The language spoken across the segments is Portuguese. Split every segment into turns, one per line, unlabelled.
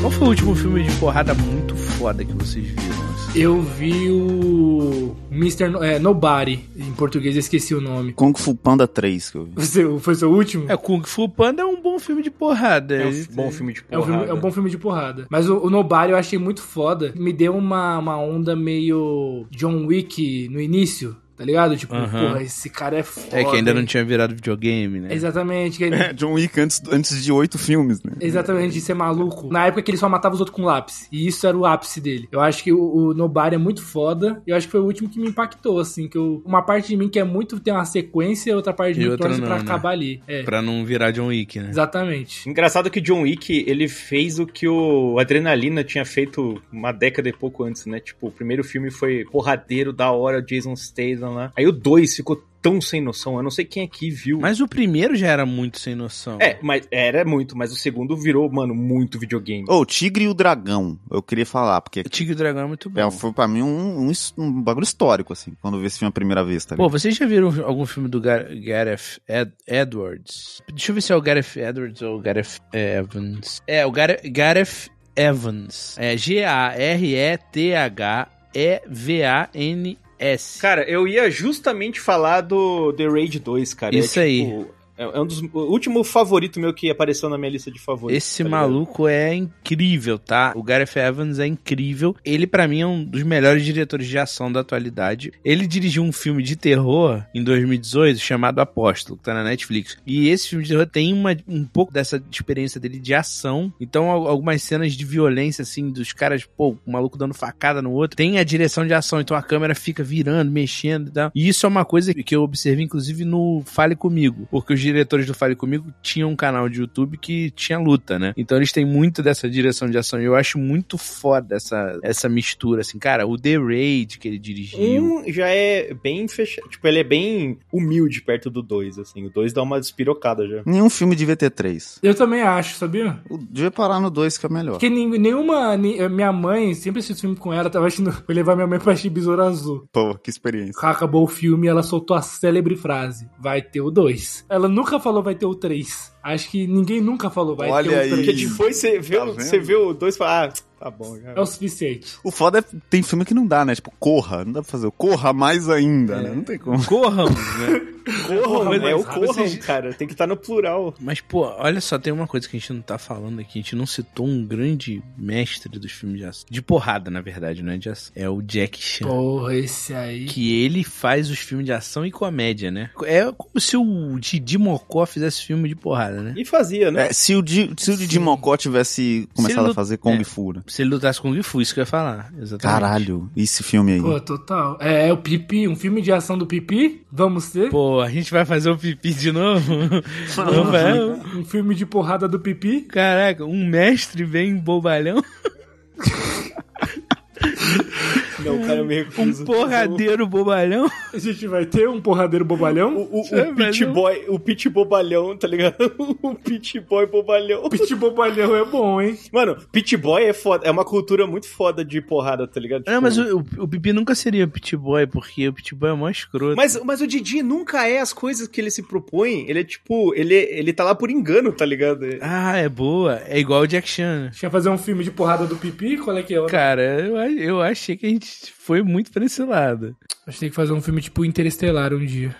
Qual foi o último filme de porrada muito foda que vocês viram? assim?
Eu vi o Mr. No- é, Nobody, em português eu esqueci o nome.
Kung Fu Panda 3 que eu vi.
O seu- foi o seu último?
É, Kung Fu Panda é um bom filme de porrada.
É
Ele-
um bom filme de
É um,
porrada.
filme- é um bom filme de porrada. Mas o, o Nobody eu achei muito foda. Me deu uma, uma onda meio John Wick no início, tá ligado? Tipo,
Aham.
porra, esse cara é foda.
É que ainda não
hein?
tinha virado videogame, né?
Exatamente, que ele-
É, John Wick antes, antes de oito filmes, né?
Exatamente, de ser maluco. Na época que ele só matava os outros com lápis. E isso era o ápice dele. Eu acho que o, o Nobari é muito foda. Eu acho que foi o último que me impactou, assim. Que eu- uma parte de mim quer muito ter uma sequência, outra parte de
E
mim
outra
torce
não,
pra
né?
acabar ali. É,
Pra não virar John Wick, né?
exatamente.
Engraçado que John Wick, ele fez o que o Adrenalina tinha feito uma década e pouco antes, né? Tipo, o primeiro filme foi porradeiro, da hora, Jason Statham lá. Aí o 2 ficou tão sem noção, eu não sei quem aqui viu.
Mas o primeiro já era muito sem noção.
É, mas era muito, mas o segundo virou, mano, muito videogame.
Ô, Tigre e o Dragão, eu queria falar, porque
O Tigre e o Dragão é muito bom.
é, foi pra mim um, um, his- um bagulho histórico, assim, quando eu vi esse filme a primeira vez, tá
Pô,
ligado?
vocês já viram algum filme do Gar- Gareth Ed- Edwards? Deixa eu ver se é o Gareth Edwards ou o Gareth Evans. É, o Gare- Gareth Evans. É G-A-R-E-T-H-E-V-A-N-S.
Cara, eu ia justamente falar do The Raid 2, cara.
Isso
é,
aí.
tipo, É é um dos, o último favorito meu que apareceu na minha lista de favoritos.
Esse
tá ligado?
maluco é incrível, tá? O Gareth Evans é incrível. Ele, pra mim, é um dos melhores diretores de ação da atualidade. Ele dirigiu um filme de terror em 2018 chamado Apóstolo, que tá na Netflix. E esse filme de terror tem uma, um pouco dessa experiência dele de ação. Então, al- algumas cenas de violência, assim, dos caras, pô, o um maluco dando facada no outro. Tem a direção de ação, então a câmera fica virando, mexendo e tal. E isso é uma coisa que eu observei, inclusive, no Fale Comigo. Porque os diretores do Fale Comigo tinham um canal de YouTube que tinha luta, né? Então eles têm muito dessa direção de ação. E eu acho muito foda essa, essa mistura, assim. Cara, o The Raid que ele dirigiu.
Um já é bem fechado. Tipo, ele é bem humilde perto do dois, assim. O dois dá uma despirocada já.
Nenhum filme devia ter três.
Eu também acho, sabia?
Eu devia parar no dois que é melhor.
Porque nin- nenhuma. ni- eh, Minha mãe, sempre assisti filme com ela, tava assistindo. Vou levar minha mãe pra assistir Besouro Azul.
Pô, que experiência.
Acabou o filme e ela soltou a célebre frase: Vai ter o 2. Ela nunca falou vai ter o 3. Acho que ninguém nunca falou vai
Olha
ter
aí.
o 3.
Porque depois você vê,
Tá
o-
vendo?
você vê o dois e fala, ah, tá bom. Já.
É o suficiente.
O foda é tem filme que não dá, né? Tipo, corra, não dá pra fazer. o Corra mais ainda,
É.
né? Não tem como.
Corram, né? assim,
Corram,
Mas-
é o
mas-
corram,
vocês-
cara. Tem que estar no plural.
Mas, pô, olha só, tem uma coisa que a gente não tá falando aqui. A gente não citou um grande mestre dos filmes de ação. De porrada, na verdade, não é de ação. É o Jack Chan.
Porra, esse aí.
Que ele faz os filmes de ação e comédia, né? É como se o Didi Mocó fizesse filme de porrada, né?
E fazia, né?
É, se o, Di, se o Didi Mocó tivesse começado
ele
a
não-
fazer Kung
é.
Fu, né?
Se ele lutasse com o Fu, isso que eu ia falar. Exatamente.
Caralho, esse filme aí.
Pô, total. É, é o Pipi, um filme de ação do Pipi. Vamos ter.
Pô, a gente vai fazer o pipi de novo? Não vai?
Um filme de porrada do Pipi.
Caraca, um mestre bem bobalhão,
É.
Não, cara, eu me recuso.
um porradeiro bobalhão.
A gente vai ter um porradeiro
O,
bobalhão.
o, o
É, mas
pit
não-
boy, o pit bobalhão, tá ligado? O pit boy bobalhão.
O Pit bobalhão é bom, hein?
Mano, pit boy é foda, é uma cultura muito foda de porrada, tá ligado?
Não,
Tipo,
mas o, o, o pipi nunca seria o pit boy, porque o pit boy é o maior escroto.
Mas, mas o Didi nunca é as coisas que ele se propõe. Ele é tipo, ele, ele tá lá por engano, tá ligado?
Ah, é boa. É igual o Jack Chan. né?
Deixa eu fazer um filme de porrada do Pipi. Qual é que é?
Cara, eu, a- eu achei que a gente foi muito pra esse lado.
Acho que tem que fazer um filme tipo Interestelar um dia.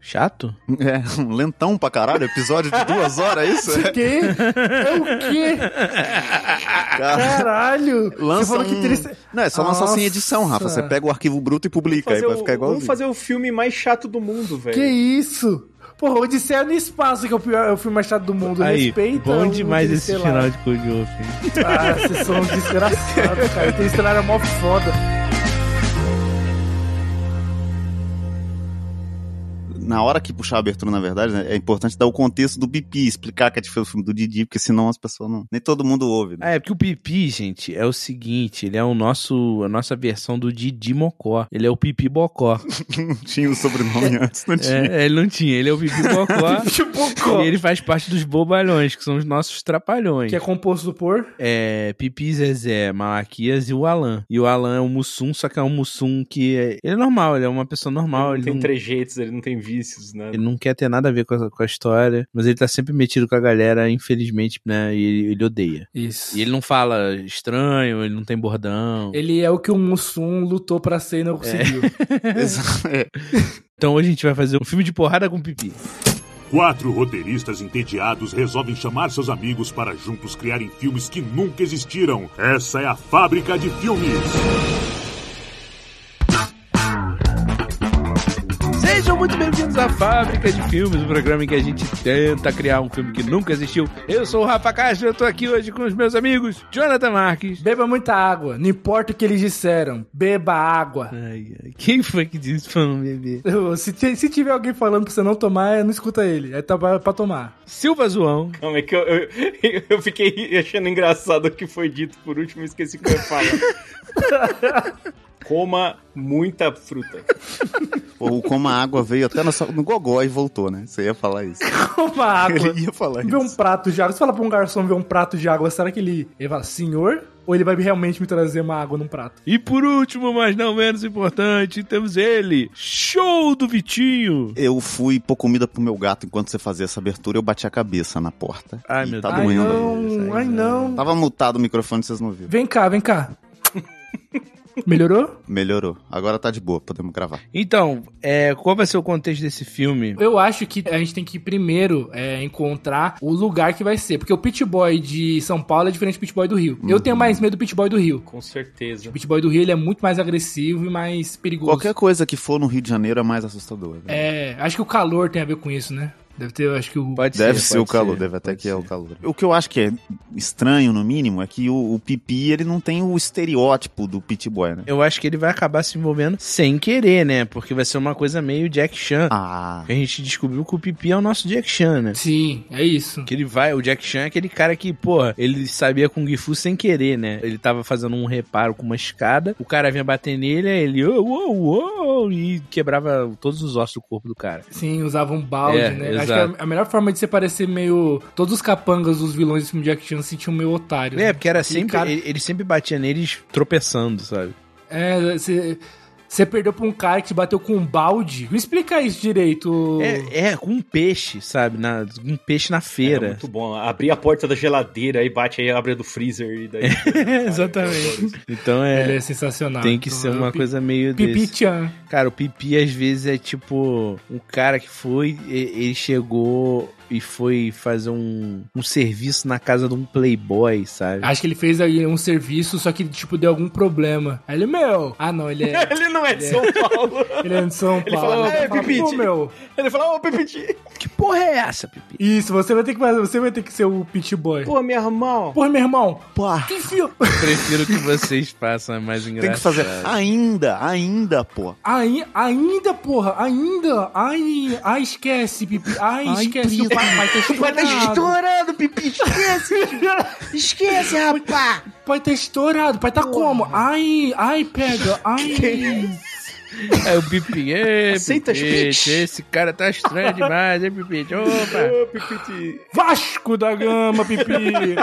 Chato?
É, um lentão pra caralho, episódio de duas horas, é isso?
O quê? É o quê?
Cara,
Caralho!
lança
falou que
um-
interesse-
Não, é só lançar sem
Nossa.
edição, Rafa. Você pega o arquivo bruto e publica, aí
Fazer
vai
o-
ficar igual.
vamos fazer o filme mais chato do mundo, velho.
Que isso? Porra, Odisseia no Espaço, que é o, pior, é o filme mais chato do mundo.
Aí,
Respeita um
bom
o
demais esse final
Interestelar.
de Cold Wolf, hein?
Ah, vocês são desgraçados, cara. Interestelar é mó foda.
Na hora que puxar a abertura, na verdade, né, é importante dar o contexto do Bipi, explicar que é diferente do filme do Didi, porque senão as pessoas não. Nem todo mundo ouve, né?
Ah, é porque o Pipi, gente, é o seguinte, ele é o nosso, a nossa versão do Didi Mocó. Ele é o Pipi Bocó.
Não tinha o sobrenome antes, não tinha.
É, ele não tinha, ele é o Pipi Bocó.
Chupocó.
E ele faz parte dos bobalhões, que são os nossos trapalhões.
Que é composto por...
É, Pipi, Zezé, Malaquias e o Alan. E o Alan é um Mussum, só que é um Mussum que é... Ele é normal, ele é uma pessoa normal.
Não
Ele
tem
não...
trejeitos, ele não tem vícios, né?
Ele não quer ter nada a ver com a, com a história, mas ele tá sempre metido com a galera, infelizmente, né? E ele, ele odeia.
Isso.
E ele não fala estranho, ele não tem bordão.
Ele é o que o Mussum lutou pra ser e
É.
não conseguiu.
Exa- é.
Então hoje a gente vai fazer um filme de porrada com pipi.
Quatro roteiristas entediados resolvem chamar seus amigos para juntos criarem filmes que nunca existiram. Essa é a fábrica de filmes.
Sejam muito bem-vindos à Fábrica de Filmes, o programa em que a gente tenta criar um filme que nunca existiu. Eu sou o Rafa Castro, eu tô aqui hoje com os meus amigos Jonathan Marques.
Beba muita água, não importa o que eles disseram, beba água.
Ai, ai, quem foi que disse pra eu não beber?
Se, te- se tiver alguém falando pra você não tomar, não escuta ele. É tá pra, pra tomar.
Silva Zoão.
Não, é que eu, eu, eu fiquei achando engraçado o que foi dito por último e esqueci o que eu ia falar. Coma muita fruta.
Pô, o Coma Água veio até na sua- no gogó e voltou, né? Você ia falar isso.
Toma água.
Ele ia falar
Vê um
isso.
prato de água. Se fala pra um garçom ver um prato de água, será que ele, ele fala, senhor? Ou ele vai realmente me trazer uma água num prato?
E por último, mas não menos importante, temos ele, Show do Vitinho.
Eu fui pôr comida pro meu gato enquanto você fazia essa abertura, eu bati a cabeça na porta.
Ai,
E
meu
tá
Deus.
ai
doendo.
não, ai
é.
não.
Tava mutado o microfone, vocês não viram.
Vem cá, vem cá. Melhorou?
Melhorou. Agora tá de boa, podemos gravar.
Então, é, qual vai ser o contexto desse filme?
Eu acho que a gente tem que primeiro é, encontrar o lugar que vai ser. Porque o pit boy de São Paulo é diferente do pit boy do Rio. Eu tenho mais medo do pit boy do Rio.
Com certeza.
O pit boy do Rio ele é muito mais agressivo e mais perigoso.
Qualquer coisa que for no Rio de Janeiro é mais assustador. né?
É, acho que o calor tem a ver com isso, né? Deve ter, eu acho que o.
Pode
Deve ser, o
pode
calor, deve até
pode
que é o
ser.
calor. O que eu acho que é estranho, no mínimo, é que o, o Pipi, ele não tem o estereótipo do Pit Boy, né?
Eu acho que ele vai acabar se envolvendo sem querer, né? Porque vai ser uma coisa meio Jack Chan.
Ah,
A gente descobriu que o Pipi é o nosso Jack Chan, né?
Sim, é isso.
Que ele vai, o Jack Chan é aquele cara que, porra, ele sabia Kung Fu sem querer, né? Ele tava fazendo um reparo com uma escada, o cara vinha bater nele, aí ele, uou, uou, uou, e quebrava todos os ossos do corpo do cara.
Sim, usava um balde,
É,
né? Acho
exato.
que a, a melhor forma de você parecer meio. Todos os capangas dos vilões do filme Jack Chan se sentiam meio otário. né?
É, porque era
Aquele
sempre,
cara-
ele, ele sempre batia neles tropeçando, sabe?
É, você. Você perdeu pra um cara que te bateu com um balde? Me explica isso direito.
É, é, com um peixe, sabe? Na, um peixe na
Era
feira.
muito bom. Abrir a porta da geladeira aí bate aí, abre a do freezer e daí. Cara,
Exatamente.
eu adoro isso.
Então
Ele
é,
é sensacional.
tem que
Então,
ser
é o
uma
Pi-
coisa meio desse.
Pipi-chan.
Cara, o Pipi às vezes é tipo um cara que foi, e- ele chegou e foi fazer um, um serviço na casa de um playboy, sabe?
Acho que ele fez aí um serviço, só que, tipo, deu algum problema. Aí ele, meu. Ah, não, ele é.
Ele não é de São Paulo.
ele é de São
Ele
Paulo.
falou, "É,
Fala,
Pipi,
"Pô,
tio."
meu.
Ele fala, ô, Pepiti.
Que porra é essa, Pipi?
Isso, você vai ter que fazer. Você vai ter que ser o pit boy.
Pô, meu irmão.
Porra, meu irmão.
pá,
Que fio.
Prefiro que vocês façam, é mais engraçado.
tem que fazer. Ainda, ainda, pô.
Ai, ainda, porra, ainda. Ai, ai, esquece, Pipi. Ai,
Ai,
esquece que o
Pri.
pai, pai tá
Ah,
estourado.
estourando, Pipi, esquece. esquece, rapá.
O pai tá estourado. O pai tá como? Ai, ai, pega. Ai.
É o Pipi, é,
Aceita,
Pipi,
Chupite.
esse cara tá estranho demais, hein, Pipi? Opa!
Ô, Pepiti.
Vasco da Gama, Pipi.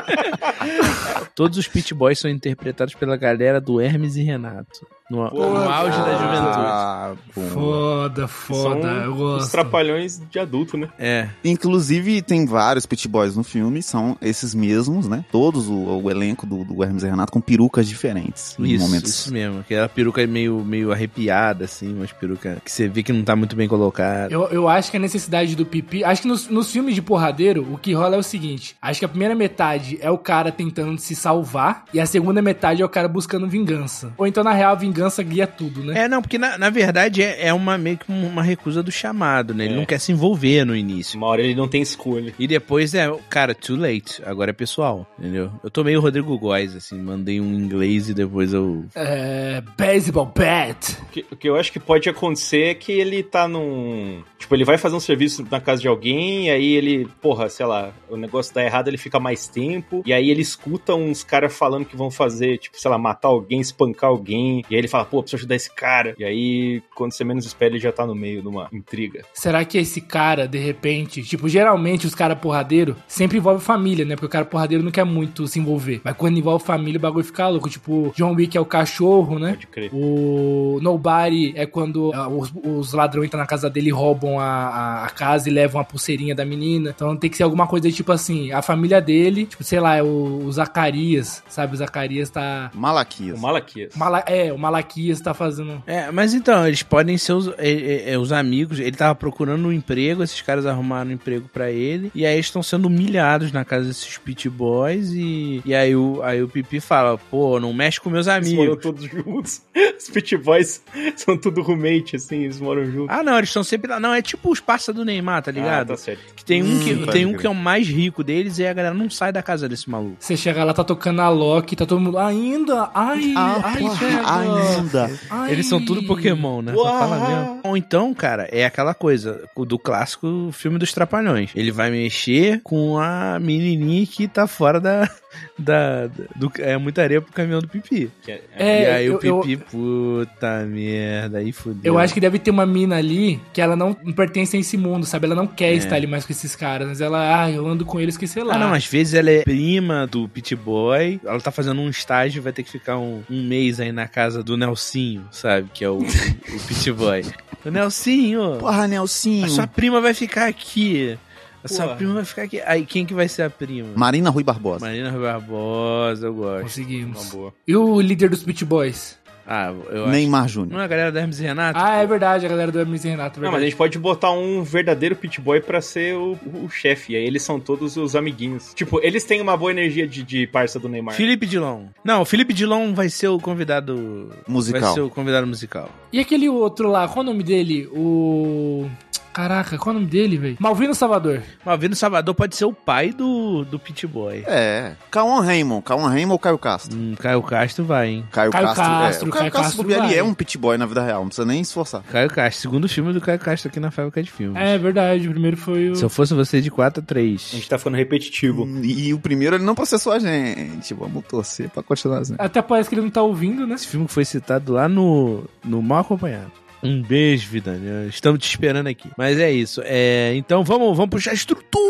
Todos os Pit Boys são interpretados pela galera do Hermes e Renato. No, no
Porra,
auge da juventude.
Ah, bom.
Foda, foda. Eu
São os
gosto.
trapalhões de adulto, né?
É.
Inclusive, tem vários Pit Boys no filme, são esses mesmos, né? Todos o, o elenco do, do Hermes e Renato com perucas diferentes. em
Isso,
momentos.
isso mesmo. Aquela peruca é meio, meio arrepiada, assim, umas perucas que você vê que não tá muito bem colocada.
Eu, eu acho que a necessidade do pipi. Acho que nos, nos filmes de porradeiro, o que rola é o seguinte: acho que a primeira metade é o cara tentando se salvar, e a segunda metade é o cara buscando vingança. Ou então, na real, a vingança guia tudo, né?
É, não, porque na, na verdade é, é uma meio que uma recusa do chamado, né? Ele
É.
não quer se envolver no início.
Uma hora ele não tem escolha.
E depois é, cara, too late. Agora é pessoal, entendeu? Eu tô meio Rodrigo Góes, assim, mandei um inglês e depois eu.
É. Baseball bat.
O que, o que eu acho que pode acontecer é que ele tá num. Tipo, ele vai fazer um serviço na casa de alguém, aí ele, porra, sei lá, o negócio dá errado, ele fica mais tempo, e aí ele escuta uns caras falando que vão fazer, tipo, sei lá, matar alguém, espancar alguém, e aí ele ele fala, pô, preciso ajudar esse cara. E aí, quando você menos espera, ele já tá no meio de uma intriga.
Será que esse cara, de repente, tipo, geralmente os caras porradeiro sempre envolve família, né? Porque o cara porradeiro não quer muito se envolver. Mas quando envolve família, o bagulho fica louco. Tipo, John Wick é o cachorro, né?
Pode crer.
O Nobody é quando ah, os, os ladrões entram na casa dele e roubam a, a- a casa e levam a pulseirinha da menina. Então tem que ser alguma coisa tipo assim, a família dele, tipo, sei lá, é o, o Zacarias, sabe? O Zacarias tá.
Malaquias.
O Malaquias.
Mala- é, o Malaquias tá fazendo.
É, mas então, eles podem ser os, é, é, é, os amigos. Ele tava procurando um emprego, esses caras arrumaram um emprego pra ele. E aí eles estão sendo humilhados na casa desses pit boys. E, e aí, o, aí o Pipi fala: pô, não mexe com meus
Eles moram
amigos.
todos juntos. Os Pit Boys são tudo roommate, assim, eles moram juntos.
Ah, não, eles estão sempre lá. Não, é tipo os parça do Neymar, tá ligado?
Ah, tá certo.
Que tem um, que,
Hum,
tem
pode
um
crer.
que é o mais rico deles e a galera não sai da casa desse maluco.
Você chega lá, tá tocando a Loki, tá todo mundo. Ainda? Ai,
Ah,
ai,
porra,
Jega,
ainda.
ai."
Eles são tudo Pokémon, né? Só
Uau!
fala mesmo. Ou então, cara, é aquela coisa o do clássico filme dos Trapalhões. Ele vai mexer com a menininha que tá fora da. da do, é muita areia pro caminhão do Pipi.
Que é- é-
É,
e aí o
eu- eu-
Pipi, puta merda, aí fudeu.
Eu acho que deve ter uma mina ali que ela não pertence a esse mundo, sabe? Ela não quer
É.
estar ali mais com esses caras, mas ela, ah, eu ando com eles que sei lá.
Ah, não, às vezes ela é prima do Pit Boy, ela tá fazendo um estágio e vai ter que ficar um, um mês aí na casa do Nelsinho, sabe? Que é o, o Pit Boy. O Nelsinho!
Porra, Nelsinho.
A sua prima vai ficar aqui. A sua
Porra.
prima vai ficar aqui. Aí, quem que vai ser a prima?
Marina Rui Barbosa.
Marina Barbosa, eu gosto.
Uma
Conseguimos.
boa.
E o líder dos Beat Boys?
Ah, eu acho.
Neymar
Não
Júnior.
é a galera da Hermes e Renato?
Ah, é verdade, a galera do Hermes e Renato, é
Não, mas a
verdade.
gente pode botar um verdadeiro pit boy pra ser o, o chefe. E aí eles são todos os amiguinhos. Tipo, eles têm uma boa energia de, de parça do Neymar.
Felipe Dilon. Não, o Felipe Dilon vai ser o convidado. Vai
Musical.
é ser o convidado musical.
E aquele outro lá, qual o nome dele? O. Caraca, qual o nome dele, velho? Malvino Salvador.
Malvino Salvador pode ser o pai do, do Pit Boy.
É. Cauan Raymond. Cauan Raymond ou Caio Castro?
Hum, Caio Castro vai, hein?
Caio,
Caio
Castro,
Castro,
é. O Caio,
Caio Castro
Castro, Bobieri
vai.
é um pit boy na vida real, não precisa nem esforçar.
Caio Castro, segundo filme do Caio Castro aqui na fábrica de filmes.
É verdade, o primeiro foi o.
Se eu fosse você de 4 a
A gente
3.
tá ficando repetitivo.
E, e o primeiro ele não processou a gente. Vamos torcer pra continuar assim.
Até parece que ele não tá ouvindo, né?
Esse filme que foi citado lá no, no Mal Acompanhado. Um beijo, Vidani. Estamos te esperando aqui. Mas é isso. É, então vamos, vamos puxar a estrutura.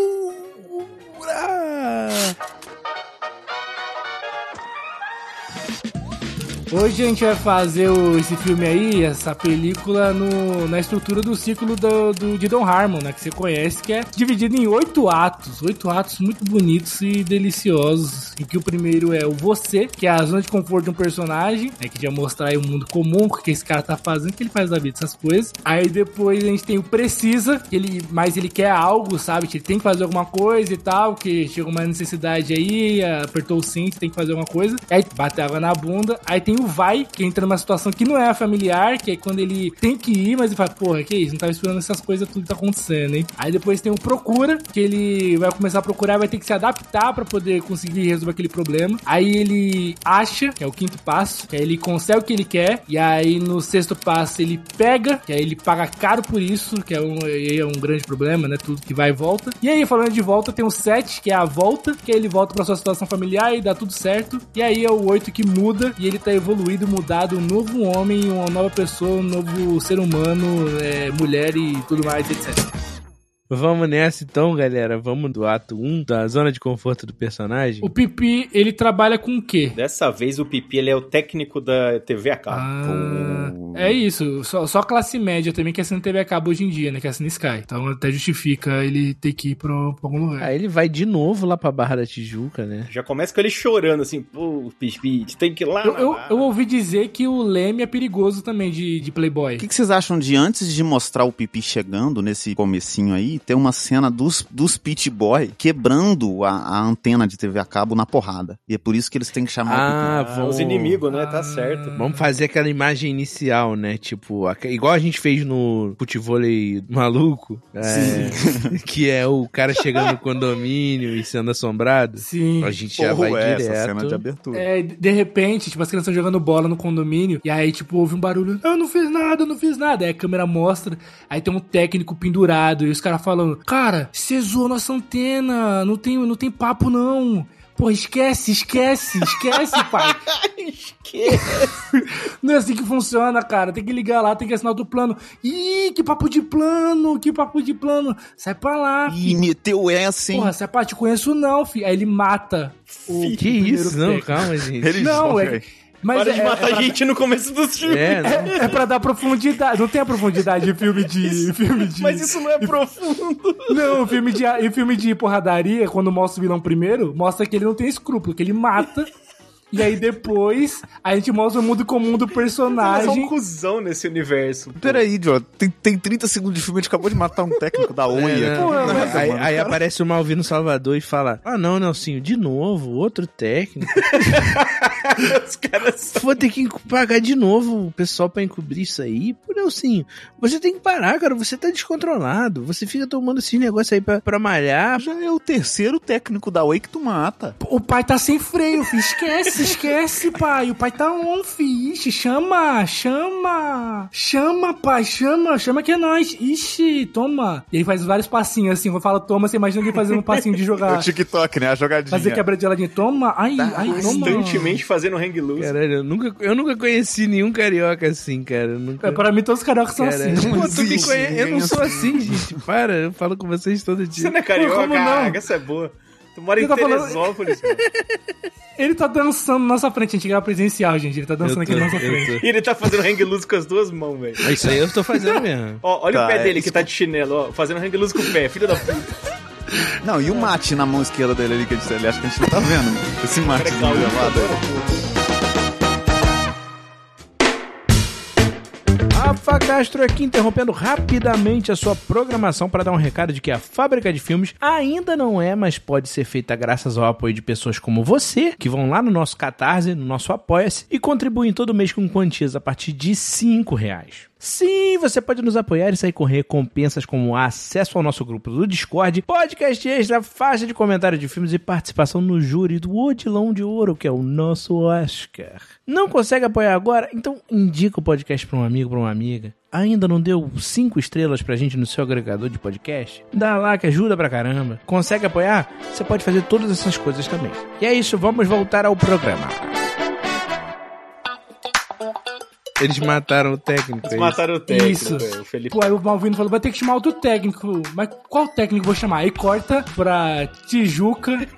Hoje a gente vai fazer o- esse filme aí, essa película, no- na estrutura do ciclo do, do- de Don Harmon, né? Que você conhece, que é dividido em oito atos. Oito atos muito bonitos e deliciosos. Em que o primeiro é o você, que é a zona de conforto de um personagem, né? Que já mostrar aí o mundo comum, o que esse cara tá fazendo, o que ele faz da vida, essas coisas. Aí depois a gente tem o precisa, que ele, mas ele quer algo, sabe? Que ele tem que fazer alguma coisa e tal, que chega uma necessidade aí, apertou o cinto, tem que fazer alguma coisa. Aí bate água na bunda. Aí tem o vai, que entra numa situação que não é familiar, que é quando ele tem que ir, mas ele fala, porra, que isso? Não tava esperando essas coisas, tudo que tá acontecendo, hein? Aí depois tem o procura, que ele vai começar a procurar, vai ter que se adaptar pra poder conseguir resolver aquele problema. Aí ele acha, que é o quinto passo, que aí ele consegue o que ele quer, e aí no sexto passo ele pega, que aí ele paga caro por isso, que é um, aí é um grande problema, né? Tudo que vai e volta. E aí, falando de volta, tem o 7, que é a volta, que aí ele volta pra sua situação familiar e dá tudo certo. E aí é o 8 que muda, e ele tá evoluído, mudado, um novo homem, uma nova pessoa, um novo ser humano, é, mulher e tudo mais, etc.
Vamos nessa então, galera. Vamos do ato 1, da zona de conforto do personagem.
O Pipi, ele trabalha com o quê?
Dessa vez o Pipi ele é o técnico da TV a cabo.
Ah, é isso, só, só classe média também que assina TV a cabo hoje em dia, né? Que assina Sky. Então até justifica ele ter que ir pro, pra algum lugar.
Aí Ah, ele vai de novo lá pra Barra da Tijuca, né?
Já começa com ele chorando assim, pô, Pipi, tem que ir lá.
Eu, eu-
lá, lá.
eu ouvi dizer que o Leme é perigoso também de, de Playboy.
O que, que vocês acham de antes de mostrar o Pipi chegando nesse comecinho aí, ter uma cena dos, dos Pit Boy quebrando a, a antena de TV a cabo na porrada. E é por isso que eles têm que chamar o
Ah,
Ah,
vão-
os inimigos, né? Tá
Ah.
certo.
Vamos fazer aquela imagem inicial, né? Tipo, aque- igual a gente fez no futevôlei maluco, é, que é o cara chegando no condomínio e sendo assombrado.
Sim.
A gente
Pipi.
já vai
Porra, é
direto.
essa cena de abertura.
É, de repente, tipo, as crianças estão jogando bola no condomínio, e aí, tipo, houve um barulho, eu não fiz nada, eu não fiz nada. Aí a câmera mostra, aí tem um técnico pendurado, e os caras falando, cara, você zoou nossa antena, não tem, não tem papo não. Pô, esquece, esquece, esquece, pai. Não é assim que funciona, cara. Tem que ligar lá, tem que assinar outro plano. Ih, que papo de plano, que papo de plano. Sai pra lá.
E assim. meteu essa, hein?
Porra, sai pra lá, te conheço não, fi. Aí ele mata o
Que,
primeiro
isso? Não,
texto.
calma, gente.
Ele
Não,
joga
é...
aí.
Mas
né, Para
é,
de matar
é, pra-
gente no começo do filme.
É, não.
é- é pra dar profundidade. Não tem a profundidade de filme de. filme de
Mas isso não é profundo.
Não, o filme de, e filme de porradaria, quando mostra o vilão primeiro, mostra que ele não tem escrúpulo, que ele mata. E aí depois a gente mostra o mundo comum do
Mas é um
personagem.
cuzão nesse universo. pô.
Peraí, John, tem, tem 30 segundos de filme, a gente acabou de matar um técnico da
É,
ONI
não.
aqui.
Porra, mas-
aí aí aparece o Malvino Salvador e fala: Ah, não, Nelsinho, de novo, outro técnico.
Os caras.
Vou ter que encu- pagar de novo o pessoal pra encobrir isso aí. Pô, Nelsinho, você tem que parar, cara. Você tá descontrolado. Você fica tomando esses negócios aí pra, pra malhar.
Já é o terceiro técnico da ONI que tu mata.
O pai tá sem freio, filho. Esquece, esquece, pai. O pai tá on, filho. Ixi, chama, chama. Chama, pai, chama, chama que é nós. Ixi, toma. E ele faz vários passinhos assim. Quando fala toma, você imagina que ele fazendo um passinho de
É o
jogar.
TikTok, né? A jogadinha.
Fazer quebra de geladinha. Toma, ai, ai, toma.
Constantemente fazendo hang loose.
Caralho, eu nunca, eu nunca conheci nenhum carioca assim, cara. Eu Nunca...
É, Pra mim, todos os cariocas são
Cara,
assim.
pô, tu me
existe
conhece, eu
ninguém
não sou
assim.
assim, gente. Para, eu falo com vocês todo
Você
dia.
não é carioca,
Pô, como não?
caraca, essa é boa. Tu mora
Você
em
tá falando-
Teresópolis, mano.
Ele tá dançando na nossa frente, a gente grava presencial, gente. Ele tá dançando
Eu
aqui
tô,
na nossa
eu
frente.
tô.
E ele tá fazendo hang loose com as duas mãos, velho.
É Isso aí eu tô fazendo mesmo.
Ó, olha
Tá,
o pé
é
dele
isso.
que tá de chinelo, ó, fazendo hang loose com o pé, filho da puta.
Não, e o mate na mão esquerda dele ali, que a gente, ele acha que a gente não tá vendo. mano. Esse mate
Cara, calma.
gravado aí.
Rafa Castro aqui interrompendo rapidamente a sua programação para dar um recado de que a Fábrica de Filmes ainda não é, mas pode ser feita graças ao apoio de pessoas como você, que vão lá no nosso Catarse, no nosso Apoia-se e contribuem todo mês com quantias a partir de R$ 5 reais. Sim, você pode nos apoiar e sair com recompensas como acesso ao nosso grupo do Discord, podcast extra, faixa de comentário de filmes e participação no júri do Odilão de Ouro, que é o nosso Oscar. Não consegue apoiar agora? Então indica o podcast para um amigo, para uma amiga. Ainda não deu cinco estrelas pra gente no seu agregador de podcast? Dá lá que ajuda pra caramba. Consegue apoiar? Você pode fazer todas essas coisas também. E é isso, vamos voltar ao programa. Eles mataram o técnico. é
Eles mataram o técnico,
Isso.
velho, o Felipe.
Pô, aí o Malvino falou, vai ter que chamar outro técnico. Mas qual técnico eu vou chamar? Aí corta pra Tijuca.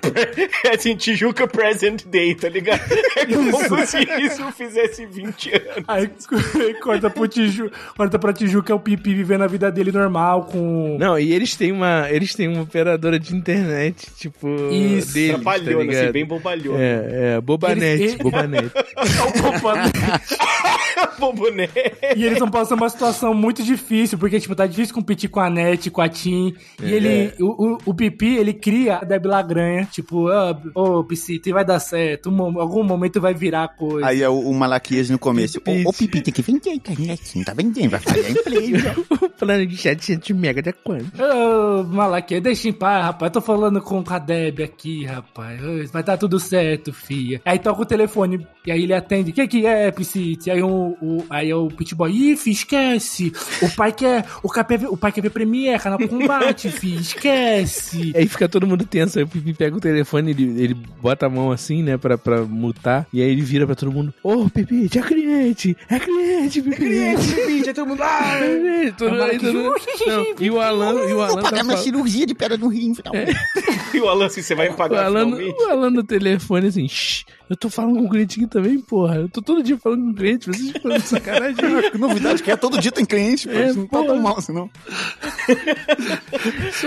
É assim, Tijuca present day, tá ligado? É como se isso fizesse 20 anos.
Aí, aí corta, pro Tiju, corta pra Tijuca, é o Pipi vivendo a vida dele normal com...
Não, e eles têm uma, eles têm uma operadora de internet, tipo,
Isso.
deles, tá
Trabalhou,
ligado?
assim, bem bobalhou.
É, é, bobanete,
Eles-
bobanete.
Boboné.
E eles estão passando uma situação muito difícil, porque, tipo, tá difícil competir com a NET, com a TIM. E ele, o, o, o Pipi, ele cria a Debbie Lagranha, tipo, ah, ô, Piscita, vai dar certo, um mo- algum momento vai virar coisa.
Aí é o, o Malaquias no começo.
Pipite.
Ô, ô, Pipi, tem que vender, cara. Assim, tá vendendo, vai fazer a empresa.
o plano de 700 mega da quanto?
Ô, Malaquia, deixa em paz, rapaz. Tô falando com a Deb aqui, rapaz. Ô, Vai dar tudo certo, fia. Aí toca o telefone, e aí ele atende. O que, que é, Piscite? Aí, o, o, aí é o Pitboy, ih, fi, esquece. O pai quer, o, capé, o pai quer ver Premiere, canal Combate, fi, esquece.
Aí fica todo mundo tenso, aí o Pipi pega o telefone, ele, ele bota a mão assim, né, pra, pra mutar, e aí ele vira pra todo mundo, ô, Pipi, é cliente, é cliente, Pipi, é cliente,
Gente, todo mundo... Ah,
Pipi, todo
Agora
aí
que-
todo mundo... Não, e o Alan, e o Alan tá falando-
cirurgia de pedra no rim. Não.
e o Alan, assim, você vai
O
pagar
Alan,
finalmente?
o Alan no telefone assim, Shh, eu tô falando com o cliente aqui também, porra. Eu tô todo dia falando com o cliente, vocês estão de sacanagem.
Novidade que é todo dia tem cliente, pô.
É,
isso não tá
porra.
tão mal assim, não.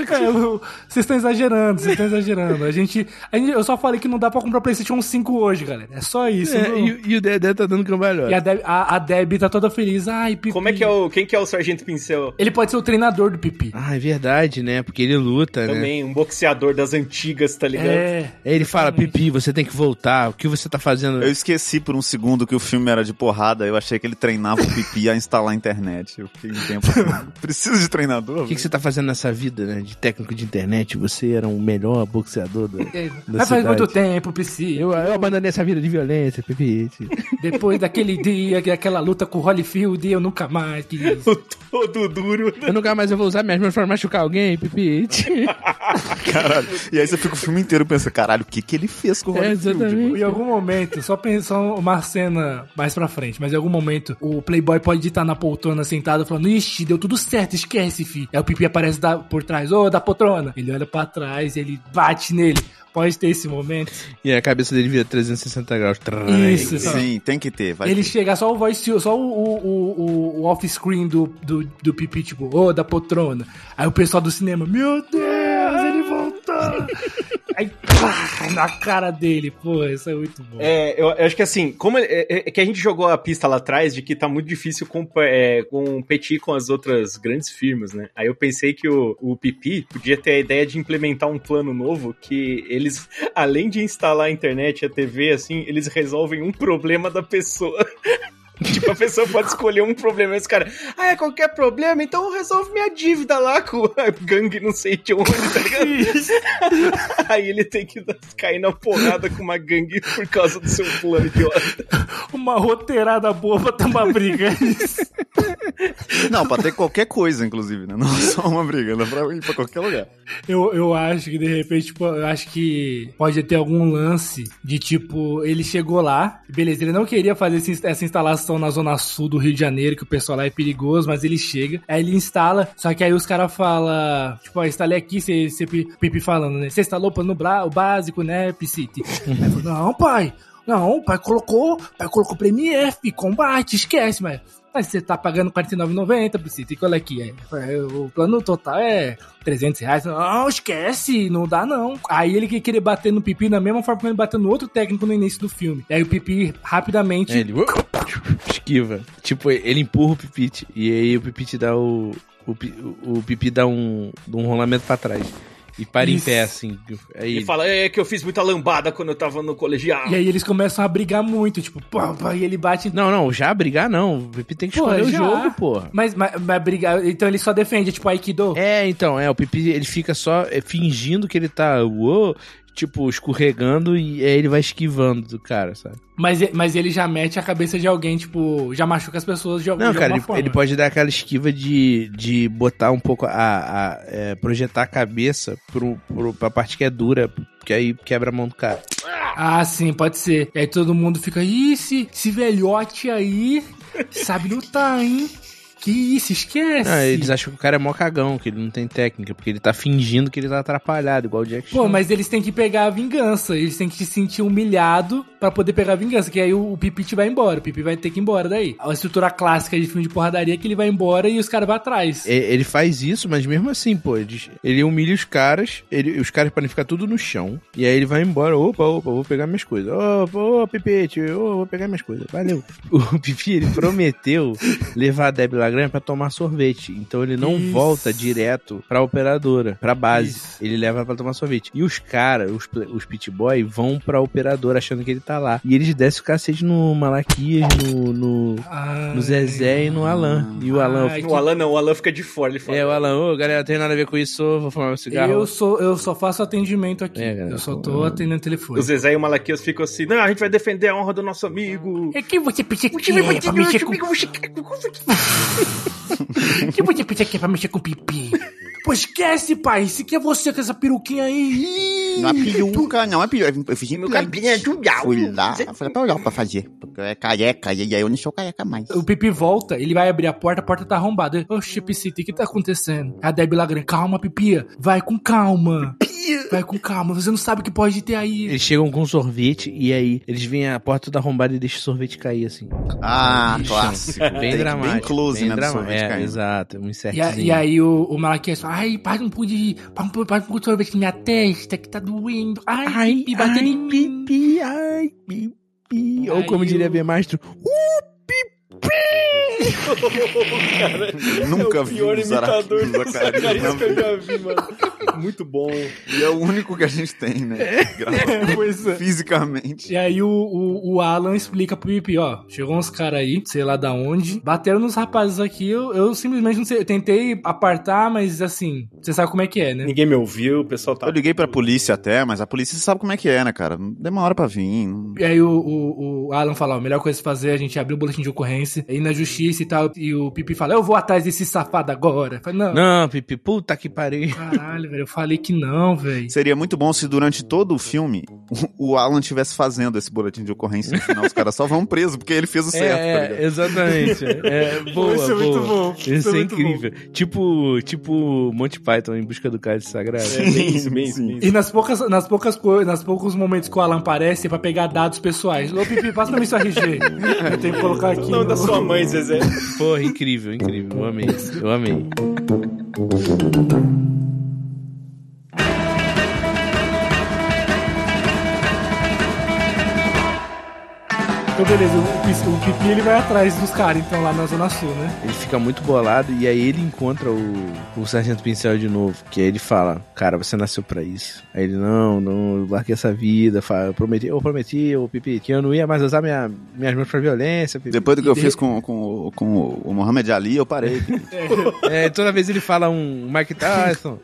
Cara, eu- Vocês estão exagerando, vocês estão exagerando. A gente, a gente- Eu só falei que não dá pra comprar PlayStation 5 hoje, galera. É só isso.
É,
não-
e, o- e o Dedé tá dando cambalhota.
E a Deb, a, a Deb tá toda feliz. Ai, Pipi.
Como é que é o... Quem que é o Sargento Pincel?
Ele pode ser o treinador do Pipi.
Ah, é verdade, né? Porque ele luta, né?
Também, um boxeador das antigas, tá ligado?
É.
Aí ele fala, Pipi, você tem que voltar, o que você tá fazendo?
Eu esqueci por um segundo que o filme era de porrada. Eu achei que ele treinava o Pipi a instalar a internet. Eu fiquei um tempo assim, Preciso de treinador?
O que, que você tá fazendo nessa vida, né? De técnico de internet, você era o melhor boxeador do...
É,
Da
Mas faz
cidade.
muito tempo, Pici.
Eu, eu abandonei essa vida de violência, Pipi.
é Depois daquele dia, daquela luta com o Holyfield, eu nunca mais, que isso.
O todo duro.
Eu nunca mais eu vou usar minhas mãos pra machucar alguém, Pipi.
Caralho. E aí você fica o filme inteiro pensando, caralho, o que, que ele fez com o
É,
Holyfield?
exatamente.
mano?
Em algum momento, só pensando uma cena mais pra frente, mas em algum momento o Playboy pode estar na poltrona sentado falando, ixi, deu tudo certo, esquece, fi. Aí o Pipi aparece da- por trás, ô, da poltrona. Ele olha pra trás, ele bate nele. Pode ter esse momento.
E a cabeça dele vira 360 graus.
Isso, sabe?
Sim, tem que ter. Vai
ele
ter.
chega, só o voice, só o, o, o- o- o off-screen do, do, do Pipi, tipo, ô, da poltrona. Aí o pessoal do cinema, meu Deus, ele voltou. Aí, pá, na cara dele. Pô, isso é muito bom.
É, eu, eu acho que assim, como é, é- é que a gente jogou a pista lá atrás de que tá muito difícil compa- é, competir com as outras grandes firmas, né? Aí eu pensei que o, o Pipi podia ter a ideia de implementar um plano novo que eles, além de instalar a internet e a TV, assim, eles resolvem um problema da pessoa. tipo, a pessoa pode escolher um problema. Esse cara, ah, é qualquer problema? Então resolve minha dívida lá com a gangue não sei de onde, tá ligado? Aí ele tem que dar- cair na porrada com uma gangue por causa do seu plano idiota.
Uma roteirada boa pra tomar briga. é
Não, pra ter qualquer coisa, inclusive, né? Não só uma briga, dá pra ir pra qualquer lugar.
eu, eu acho que, de repente, tipo, eu acho que pode ter algum lance de, tipo, ele chegou lá, beleza, ele não queria fazer esse- essa instalação na zona sul do Rio de Janeiro, que o pessoal lá é perigoso, mas ele chega, aí ele instala, só que aí os caras falam, tipo, ó, instalei aqui, você você pi- pipi falando, né? Você instalou pra no bra- o básico, né, Piscite? Aí ele falou, não, pai, não, pai colocou, pai colocou Premiere, fi, combate, esquece, mas... Mas você tá pagando R$49,90, Piscite, e qual é que é? É, O plano total é 300 reais. Não, esquece, não dá não. Aí ele que querer bater no Pipi da mesma forma que ele bateu no outro técnico no início do filme. Aí o Pipi rapidamente.
É, Ele esquiva. Tipo, ele empurra o Pipite. E aí o Pipite dá o. O, pi- o Pipi dá um, dá um rolamento pra trás. E para
Isso.
em pé, assim. Aí
E fala, é que eu fiz muita lambada quando eu tava no colegial.
E aí eles começam a brigar muito, tipo, pá, pá, e ele bate.
Não, não, já brigar não. O Pipi tem que
Porra,
escolher o
já.
jogo, porra.
Mas, mas, mas brigar. Então ele só defende, tipo, Aikido.
É, então, é, o Pipi ele fica só é, fingindo que ele tá, uou, tipo, escorregando e aí ele vai esquivando do cara, sabe?
Mas, e- mas ele já mete a cabeça de alguém, tipo, já machuca as pessoas de, al-
Não,
de
cara,
alguma
ele,
forma.
ele pode dar aquela esquiva de, de botar um pouco a. a- é, projetar a cabeça pro, pro, pra parte que é dura, que aí quebra a mão do cara.
Ah, sim, pode ser. E aí todo mundo fica, ih, esse, esse velhote aí sabe lutar, hein? Que isso, esquece.
Não, eles acham que o cara é mó cagão, que ele não tem técnica, porque ele tá fingindo que ele tá atrapalhado, igual o Jack
Pô,
Chan.
mas eles têm que pegar a vingança. Eles têm que se sentir humilhado pra poder pegar a vingança. Que aí o, o Pipite vai embora. O Pipi vai ter que ir embora daí. A estrutura clássica de filme de porradaria é que ele vai embora e os caras vão atrás.
E- Ele faz isso, mas mesmo assim, pô, ele, ele humilha os caras, ele- os caras podem ficar tudo no chão, e aí ele vai embora, opa, opa, vou pegar minhas coisas, opa, ô, Pipete, ô, vou pegar minhas coisas, valeu. O Pipi, ele prometeu levar a Debbie Lagrange pra tomar sorvete, então ele não
Isso.
volta direto pra operadora, pra base,
Isso.
ele leva pra tomar sorvete. E os caras, os, pl- os pit boy, vão pra operadora achando que ele tá lá, e eles descem o cacete no Malaquias, no... no...
Ah,
no Zezé e no Alan. E o Alan
Ai,
O Alan não, o Alan fica de fora, ele fala.
é, o Alan, ô galera, tem nada a ver com isso, vou fumar um cigarro.
Eu, sou, eu só faço atendimento aqui.
É, galera,
eu só
eu-
tô atendendo o
O
telefone.
Zezé e o Malaquias ficam assim, não, a gente vai defender a honra do nosso amigo.
É que você pediu aqui é pra mexer com... que você pediu aqui é pra mexer com o pipi? Pô, esquece, pai. Se que é você com essa peruquinha aí. Ih,
Não é peruca, não é peruca. Eu fiz
Meu
implante.
cabinho é de um galho.
Fui lá, falei pra olhar pra fazer. Porque eu é careca, e aí eu não sou careca mais.
O Pipi volta, ele vai abrir a porta, a porta tá arrombada. Ele, Oxe, Piscita, o que tá acontecendo? A Debbie Lagrange, calma, Pipia, vai com calma. Vai com calma, você não sabe o que pode ter aí.
Eles chegam com um sorvete e aí eles vêm a porta da arrombada e deixam o sorvete cair, assim.
Ah, clássico. Tem
É, Bem
que-
dramático.
Bem close, né, do
dramático.
sorvete
é,
caindo.
Exato, um
E, a-
insetinho.
e aí o, o Malaquias fala, ai, paga um pouco de, paga um pouco paga um pouco de sorvete na minha testa, que tá doendo. Ai,
Ai,
Pipi, batendo
ai,
em mim.
pipi, ai, pipi. Ou
Aí
como diria
o-
Bemastro,
Nunca
É o
vi
pior
um
imitador
Zaracuza,
do
cara.
Zacarias que eu já vi, mano. Muito bom.
E é o único que a gente tem, né?
É.
Gravado
Pois é.
Fisicamente.
E aí o, o, o Alan explica pro Pipi, ó, chegou uns caras aí, sei lá da onde, bateram nos rapazes aqui, eu, eu simplesmente não sei, eu tentei apartar, mas assim, você sabe como é que é, né?
Ninguém me ouviu, o pessoal tá...
Eu liguei pra polícia até, mas a polícia sabe como é que é, né, cara? Demora pra vir. não-
E aí o, o- o Alan fala, ó, a melhor coisa a se fazer é a gente abrir o boletim de ocorrência, ir na justiça polícia e tal. E o Pipi fala, eu vou atrás desse safado agora. Eu falei, não.
Não, Pipi, puta que pariu.
Caralho, velho, eu falei que não, velho.
Seria muito bom se durante todo o filme o o Alan estivesse fazendo esse boletim de ocorrência. No final, os caras só vão preso, porque ele fez o certo, tá ligado?
É, é, exatamente. É, boa,
Isso é
boa.
muito bom.
Isso, é,
muito
incrível. Tipo, tipo Monty Python em busca do cálice sagrado.
É, bem isso, bem isso, bem isso.
E nas poucas, nas poucas coisas, nas poucos momentos que o Alan aparece é pra pegar dados pessoais. Ô, Pipi, passa pra mim seu RG. Eu tenho que colocar aqui.
Não, da
no-
sua mãe, Zezé.
Porra, incrível, incrível. Eu amei. Eu amei.
Então, beleza, o Pipi, o Pipi, ele vai atrás dos caras, então, lá na Zona Sul, né?
Ele fica muito bolado e aí ele encontra o, o Sargento Pincel de novo. Que aí ele fala: Cara, você nasceu pra isso. Aí ele: Não, não, eu larguei essa vida. Fala, eu prometi, eu prometi, ô Pipi, que eu não ia mais usar minha, minhas mãos pra violência. Pipi.
Depois do
é.
que
E
eu
de-
fiz com, com, com o Mohamed Ali, eu parei.
É, toda vez ele fala um Mike Tyson.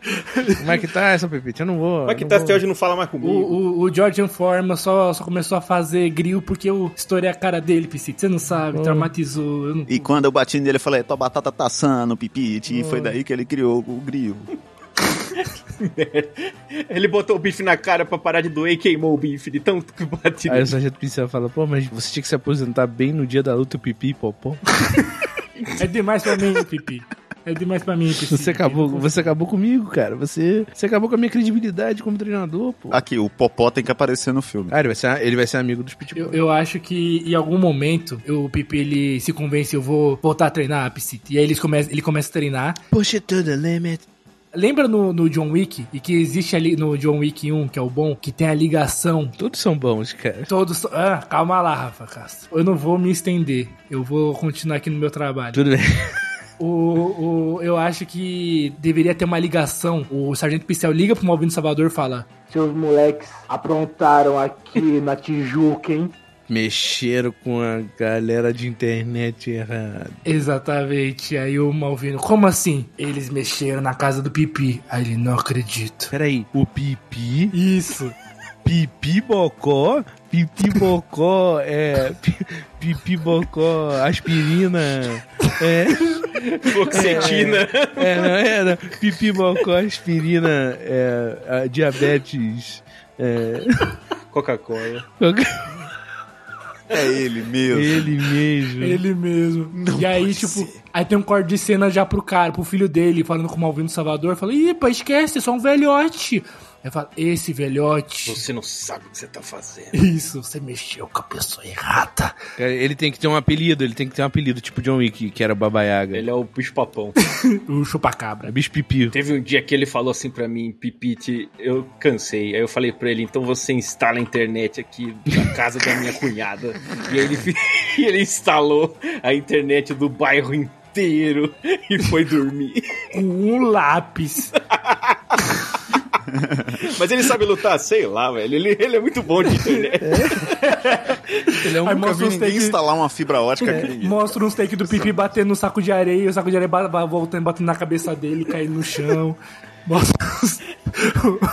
um Mike Tyson, Pipi, eu não vou.
Mas que
eu
tá
não
até
vou.
hoje não fala mais
O,
comigo.
o, o Georgian Forma só, só começou a fazer grill porque eu estourei a cara dele, Pipi. Você não
Hum.
sabe, traumatizou. Eu não...
E quando eu bati nele, eu falei, tua batata tá sã no pipite. E foi daí que ele criou o grill.
Ele botou o bife na cara pra parar de doer e queimou o bife de tanto que batido.
Aí o Sargento Pincel fala: Pô, mas você tinha que se aposentar bem no dia da luta, Pipi, popô.
É demais pra mim, Pipi. É demais pra mim, Pipi.
Você acabou, você acabou comigo, cara. Você, você acabou com a minha credibilidade como treinador, pô.
Aqui, o Popó tem que aparecer no filme.
Ah, ele vai ser, ele vai ser amigo dos Pitbull.
Eu, eu acho que em algum momento eu- o Pipi ele se convence, eu vou voltar a treinar, Piscite. E aí eles começam, ele começa a treinar.
Push it to the limit.
Lembra no, no John Wick? E que existe ali no John Wick 1, que é o bom, que tem a ligação.
Todos são bons, cara.
Todos. Ah, calma lá, Rafa Castro. Eu não vou me estender. Eu vou continuar aqui no meu trabalho.
Tudo bem.
O, o- eu acho que deveria ter uma ligação. O Sargento Pincel liga pro Malvino Salvador e fala:
Seus moleques aprontaram aqui na Tijuca, hein?
Mexeram com a galera de internet errada.
Exatamente. Aí o Malvino, como assim? Eles mexeram na casa do Pipi. Aí ele, não acredito.
Peraí, o Pipi,
Isso.
Pipi Bocó, Pipi Bocó, é. pi- Pipi Bocó, aspirina. É,
Fluoxetina.
é, não era? Pipi Bocó, aspirina, é, a diabetes. É,
Coca-Cola.
É ele mesmo.
ele mesmo.
Ele mesmo. Hum. e aí, tipo, aí tem um corte de cena já pro cara, pro filho dele, falando com o Malvino Salvador. Fala, ih, pá, esquece, é só um velhote. Aí fala, esse velhote.
Você não sabe o que você tá fazendo.
Isso, você mexeu com a pessoa errada.
Cara, Ele tem que ter um apelido, ele tem que ter um apelido, tipo John Wick, que era Baba Yaga.
Ele é o bicho-papão.
O chupacabra.
Bicho Pipi.
Teve um dia que ele falou assim pra mim, Pipite, eu cansei. Aí eu falei pra ele, então você instala a internet aqui na casa da minha cunhada. E aí ele, fi- e ele instalou a internet do bairro inteiro e foi dormir.
Com um lápis.
Mas ele sabe lutar, sei lá, velho. Ele, ele é muito bom de internet.
Ele é um
Aí
Nunca vi
mostra uns
ninguém
take,
instalar uma fibra ótica
É.
aqui. ninguém.
mostra uns take do Pipi batendo no saco de areia, o saco de areia ba- ba- voltando, batendo na cabeça dele, caindo no chão. Mostra uns...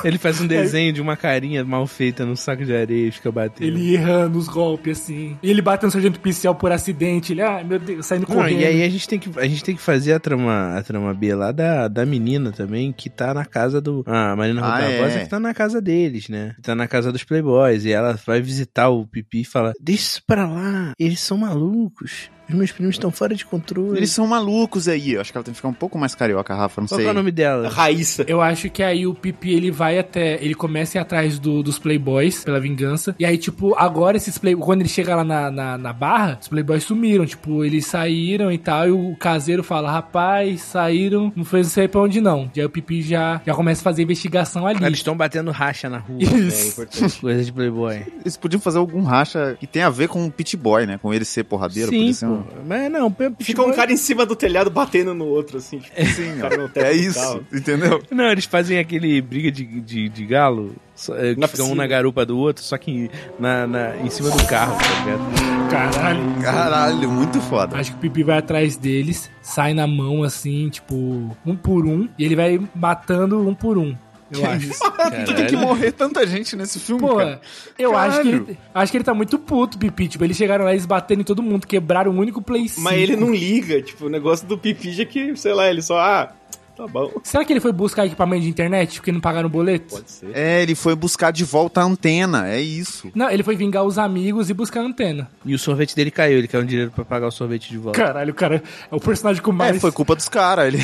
Ele faz um desenho de uma carinha mal feita num saco de areia e fica batendo.
Ele errando os golpes, assim. E ele bate no sargento pincel por acidente. Ele, ah, meu Deus, saindo
Não,
correndo.
e aí a gente tem que, a gente tem que fazer a trama, a trama B lá da, da menina também, que tá na casa do. Ah, a Marina
Ah,
Rui Barbosa
é.
que tá na casa deles, né? Que tá na casa dos Playboys. E ela vai visitar o Pipi e fala: Deixa isso pra lá, eles são malucos. Os meus primos estão fora de controle.
Eles são malucos aí. Eu acho que ela tem que ficar um pouco mais carioca, Rafa. Não
Qual que
sei.
é o nome dela?
Raíssa.
Eu acho que aí o Pipi ele vai até. Ele começa a ir atrás do- dos Playboys pela vingança. E aí, tipo, agora esses Playboys. Quando ele chega lá na, na, na barra, os Playboys sumiram. Tipo, eles saíram e tal. E o caseiro fala: rapaz, saíram, não fez não sei pra onde não. E aí o Pipi já, já começa a fazer a investigação ali.
Eles estão batendo racha na rua.
É
Isso.
importante.
Coisa de Playboy.
Eles podiam fazer algum racha que tem a ver com o pit boy, né? Com ele ser porradeiro.
Sim,
podia ser um-
pô. Mas não,
Fica um
Playboy-
cara em cima do telhado batendo no outro, assim. Tipo,
Sim,
cara no
ó.
teto
Tipo, É
e
isso,
tal.
entendeu?
Não, eles fazem aquele briga de, de, de galo. só- é, que
Na
fica um
piscina.
na garupa do outro, só que na, na- em cima do carro, tá ligado?
Caralho.
Caralho, muito foda.
Acho que o Pipi vai atrás deles, sai na mão assim, tipo, um por um, e ele vai matando um por um. eu acho.
É.
Tem que morrer tanta gente nesse filme,
Pô,
cara.
eu acho que,
Caralho.
ele, acho que ele tá muito puto, Pipi. Tipo, eles chegaram lá, eles bateram em todo mundo, quebraram o único Play 5.
Mas ele não liga, tipo, o negócio do Pipi é que, sei lá, ele só, ah, tá bom.
Será que ele foi buscar equipamento de internet porque não pagaram o boleto?
Pode ser.
É, ele foi buscar de volta a antena, é isso.
Não, ele foi vingar os amigos e buscar a antena.
E o sorvete dele caiu, ele quer um dinheiro pra pagar o sorvete de volta.
Caralho, o cara é o personagem com mais,
É, foi culpa dos caras. Ele...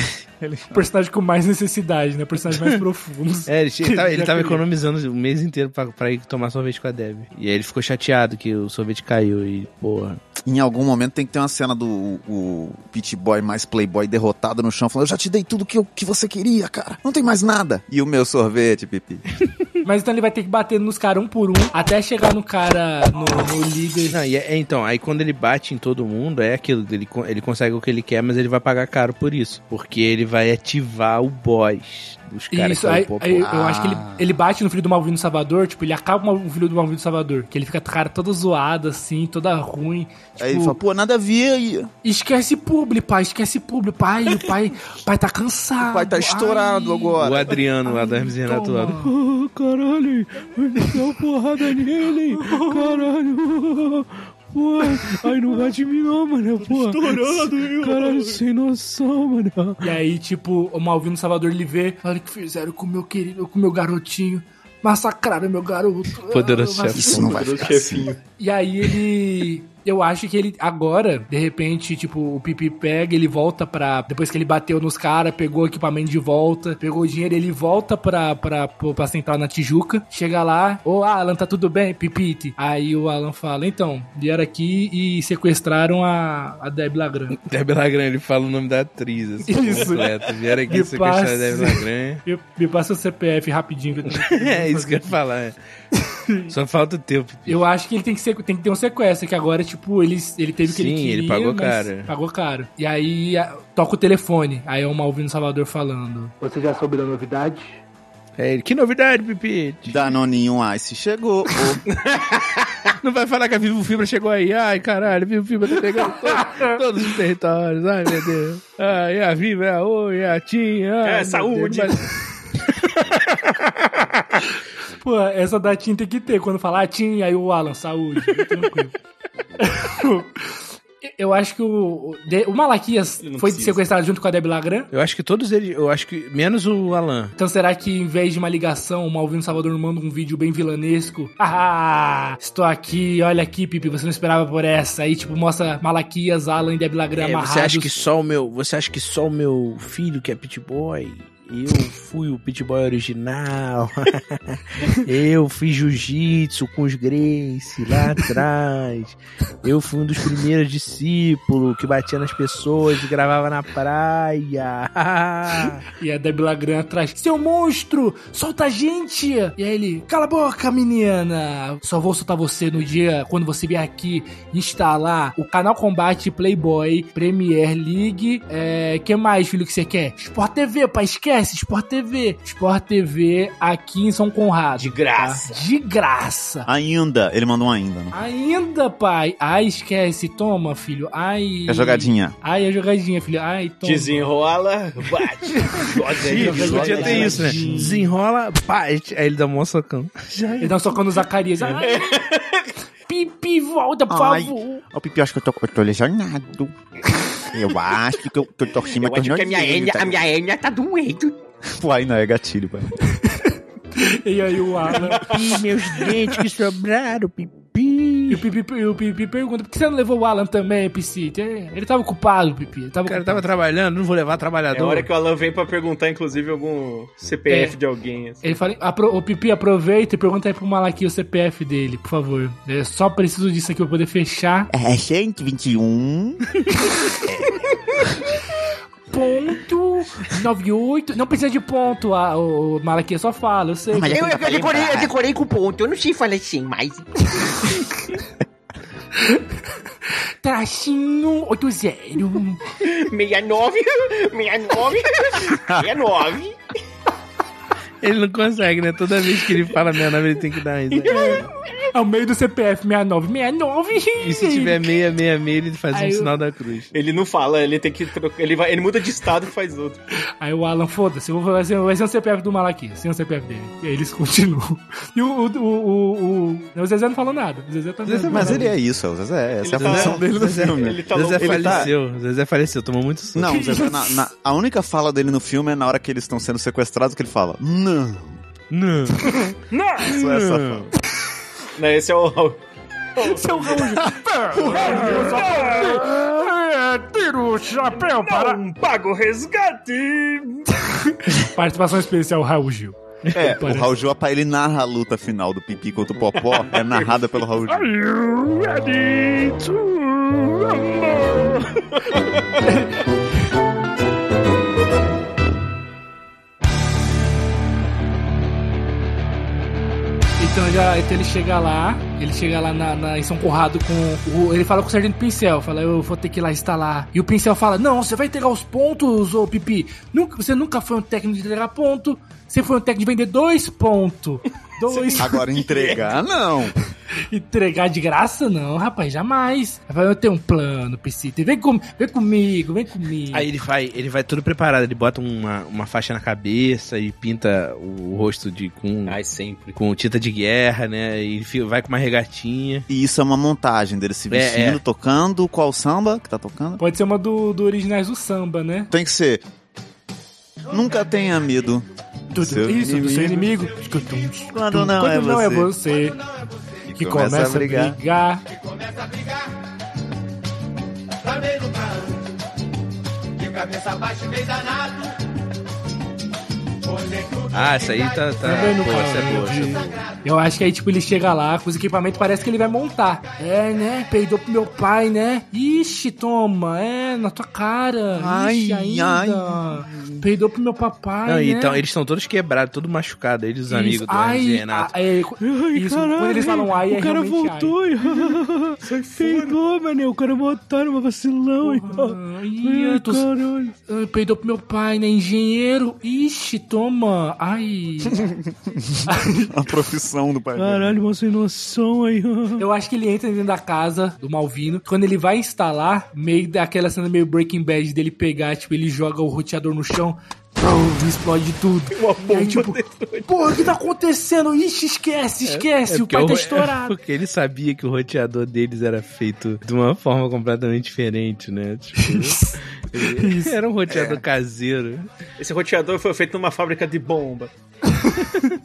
o personagem com mais necessidade, né? O personagem mais profundo.
É, ele, ele tava, ele
Já
tava
queria.
economizando o mês inteiro pra, pra ir tomar sorvete com a Deb. E aí ele ficou chateado que o sorvete caiu e, porra.
Em algum momento tem que ter uma cena do o, o Pit Boy mais Playboy derrotado no chão, falando: Eu já te dei tudo que, eu, que você queria, cara. Não tem mais nada. E o meu sorvete, Pipi.
Mas então ele vai ter que bater nos caras um por um até chegar no cara, no, no líder.
Não, e é- é, então, aí quando ele bate em todo mundo, é aquilo, ele, co- ele consegue o que ele quer, mas ele vai pagar caro por isso. Porque ele vai ativar o boss dos caras.
Isso,
que é o
aí,
Popó.
aí eu acho que ele, ele bate no filho do Malvino Salvador, tipo, ele acaba com o filho do Malvino Salvador, que ele fica com a cara toda zoada, assim, toda ruim. Tipo,
Aí ele fala: Pô, nada a ver aí.
esquece publi, pai, esquece publi, pai, o pai, pai tá cansado.
O pai tá estourado
ai.
O
agora.
Adriano lá da Hermesinha
toma.
Natural. Oh, caralho, vai me dar uma porrada nele, caralho. Pô, ai, não bate em mim não, mano, pô. Estourando, Caralho, sem noção, mano.
E aí, tipo, o Malvino Salvador, ele vê, olha o que fizeram com o meu querido, com o meu garotinho. Massacraram meu garoto.
Poderoso
Ah,
chefe.
Isso não vai
Poderoso
ficar assim.
chefinho.
E aí ele. Eu acho que ele agora, de repente, tipo, o Pipi pega, ele volta pra. Depois que ele bateu nos caras, pegou o equipamento de volta, pegou o dinheiro, ele volta pra, pra, pra, pra central na Tijuca. Chega lá, ô Alan, tá tudo bem, Pipite? Aí o Alan fala, então, vieram aqui e sequestraram a, a Deb Lagrange.
Debbie Lagrange, ele fala o nome da atriz, assim,
Isso.
completo. Vieram aqui
Me
sequestrar a
passe.
Debbie Lagrange.
Me- Me passa o CPF rapidinho. que eu tenho que-
É isso que eu ia falar. é. Só falta o tempo.
Eu acho que ele tem que, ser, tem que ter um sequestro, que agora, tipo, ele, ele teve o que ele
Sim,
queria.
ele pagou
mas
caro.
Pagou caro. E aí a- toca o telefone. Aí é o Malvino Salvador falando.
Você já soube da novidade?
É ele, que novidade, Pipi.
Danoninho Ice um, ah, chegou. Ô,
Não vai falar que a Vivo Fibra chegou aí. Ai, caralho, a Vivo Fibra tá pegando to- todos os territórios. Ai, meu Deus. Ai, a Vivo é a Oi, é a TIM. ai,
É,
meu
saúde.
Deus, mas-
Pô, essa da Tim tem que ter. Quando falar "Ah, Tim, aí o Alan, saúde. Fica Tranquilo. Eu acho que o, o, de- o Malaquias
Ele não
foi
precisa.
sequestrado junto com a Deb Lagrange.
Eu acho que todos eles... Eu acho que... Menos o Alan.
Então será que em vez de uma ligação, o Malvino Salvador manda um vídeo bem vilanesco? Ah, estou aqui, olha aqui, Pipi, você não esperava por essa. Aí, tipo, mostra Malaquias, Alan e Deb Lagrange
É,
amarrados.
você acha que só o meu... Você acha que só o meu filho que é pit boy... Eu fui o pit boy original. eu fiz jiu-jitsu com os Grace lá atrás. Eu fui um dos primeiros discípulos que batia nas pessoas e gravava na praia.
E a Debbie Lagrange atrás, seu monstro, solta a gente! E aí ele, cala a boca, menina! Só vou soltar você no dia quando você vier aqui instalar o canal Combate Playboy Premier League. É, que mais, filho, que você quer? Sport TV, pai, esquece, Sport TV. Sport TV aqui em São Conrado.
De graça.
tá? De graça.
ainda. Ele mandou um ainda. Né?
Ainda, pai. Ai, esquece. Toma, filho. Ai.
É jogadinha.
Ai, é jogadinha, filho. Ai, toma.
Tá. Desenrola, bate. Joga aí,
Sim,
joga
podia ter
aí, joga
isso, né?
aí.
Desenrola, bate. Aí ele dá um mó socão.
Ele dá um socão no Zacarias. Ai, Pipi, volta, por
Ai.
favor.
Ó, Pipi, eu acho que eu tô, eu tô lesionado. Eu acho que eu, que eu torci meu
Eu acho que a minha
tornozelo,
hérnia,
tá
a minha hérnia tá doendo.
Pô, aí não, é gatilho, pai.
E aí o Alan.
Ih, meus dentes que sobraram, pipi.
E o Pipi, e o Pipi pergunta: por que você não levou o Alan também, Piscite? Ele tava ocupado, Pipi. Ele tava
O cara
ocupado.
tava trabalhando, não vou levar
É a
trabalhador.
hora que o Alan vem pra perguntar, inclusive, algum CPF de alguém. assim.
Ele fala: "Apro- ô Pipi, aproveita e pergunta aí pro Malaqui o CPF dele, por favor. Eu só preciso disso aqui pra poder fechar.
É 121.
Ponto 98. Não precisa de ponto, ah, o o Malaqui só fala, eu sei.
Mas é
Eu, eu,
Tá
pra
decorei, eu
lembrar.
decorei com ponto, eu não sei falar assim mais.
é-
Tracinho 80.
69, 69, 69.
Ele não consegue, né? Toda vez que ele fala meu nome, ele tem que dar isso.
Ao É, meio do CPF 69. 69!
E se tiver 666, ele faz
Aí
um
eu-
sinal da cruz.
Ele não fala, ele tem que trocar. Ele, vai, ele muda de estado e faz outro.
Aí o Alan, foda-se, eu vou- vai ser, vai ser um CPF do Malaki, sem o CPF dele. E aí eles continuam. E o. O, o, o, o- o Zezé não falou nada. O Zezé tá vendo
Mas
nada.
ele é isso, é o Zezé. Essa é
Ele
a
tá-
função dele no
Zezé-
filme.
Ele tá
Zezé
louco.
ele tá-
faleceu. Zezé faleceu, tomou muito susto.
Não, o Zezé, na- na- a única fala dele no filme é na hora que eles estão sendo sequestrados que ele fala, não.
Não.
Só essa fala.
Não, esse é o.
Seu Raul. É, Tira o chapéu para.
um pago resgate!
Participação especial, Raul Gil.
É, o
Parece.
Raul Gil, apa- ele narra a luta final do Pipi contra o Popó, é narrada pelo Raul Gil.
Então, já, então ele chega lá, ele chega lá na, na- em São Corrado com. o- ele fala com o Sargento Pincel, fala, eu vou ter que ir lá instalar. E o Pincel fala: Não, você vai entregar os pontos, ô Pipi. Nunca, você nunca foi um técnico de entregar ponto, você foi um técnico de vender dois pontos. Dois
Agora entregar, não.
entregar de graça, não, rapaz, jamais. Ele fala, Eu tenho um plano, Piscita. Vem, com, vem comigo, vem comigo.
Aí ele vai, ele vai tudo preparado, ele bota uma, uma faixa na cabeça e pinta o rosto de com,
Ai, sempre.
com tinta de guerra, né? E fi- vai com uma regatinha.
E isso é uma montagem dele se
É, é.
vestindo, tocando, qual samba que tá tocando?
Pode ser uma do, do Originais do Samba, né?
Tem que ser. Nunca tenha medo.
Do,
Seu
isso, do seu inimigo.
Quando não é
Quando não é
você.
você. que começa, a brigar.
Ah, essa aí tá. tá
Também no
boa,
carro,
essa é boa.
né,
essa é
de-
boa.
Eu acho que aí, tipo, ele chega lá com os equipamentos, parece que ele vai montar. É, né? Peidou pro meu pai, né? Ixi, toma, é, na tua cara. Ixi,
Ai,
ainda. Peidou pro meu papai,
Não,
né?
então, eles estão todos quebrados, todos machucados, eles, os
Isso,
amigos do né?
ai,
Hermes e Renato.
a- é, co- isso, quando eles falam ai, é realmente
e
ai.
feio, mano. O cara é um otário, um vacilão.
Ah, ia, tu- Ah, Peidou pro meu pai, né? Engenheiro. Ixi, toma. Ai.
A profissão do pai.
mano, sem noção aí.
Eu acho que ele entra dentro da casa do Malvino. Quando ele vai instalar, meio daquela cena meio Breaking Bad dele pegar, tipo, ele joga o roteador no chão. pum, Explode tudo. e aí, tipo, pô, o que tá acontecendo? Ixi, esquece,
É
esquece. o pai tá estourado.
porque ele sabia que o roteador deles era feito de uma forma completamente diferente, né? Tipo, ele- era um roteador caseiro.
Esse roteador foi feito numa fábrica de bomba.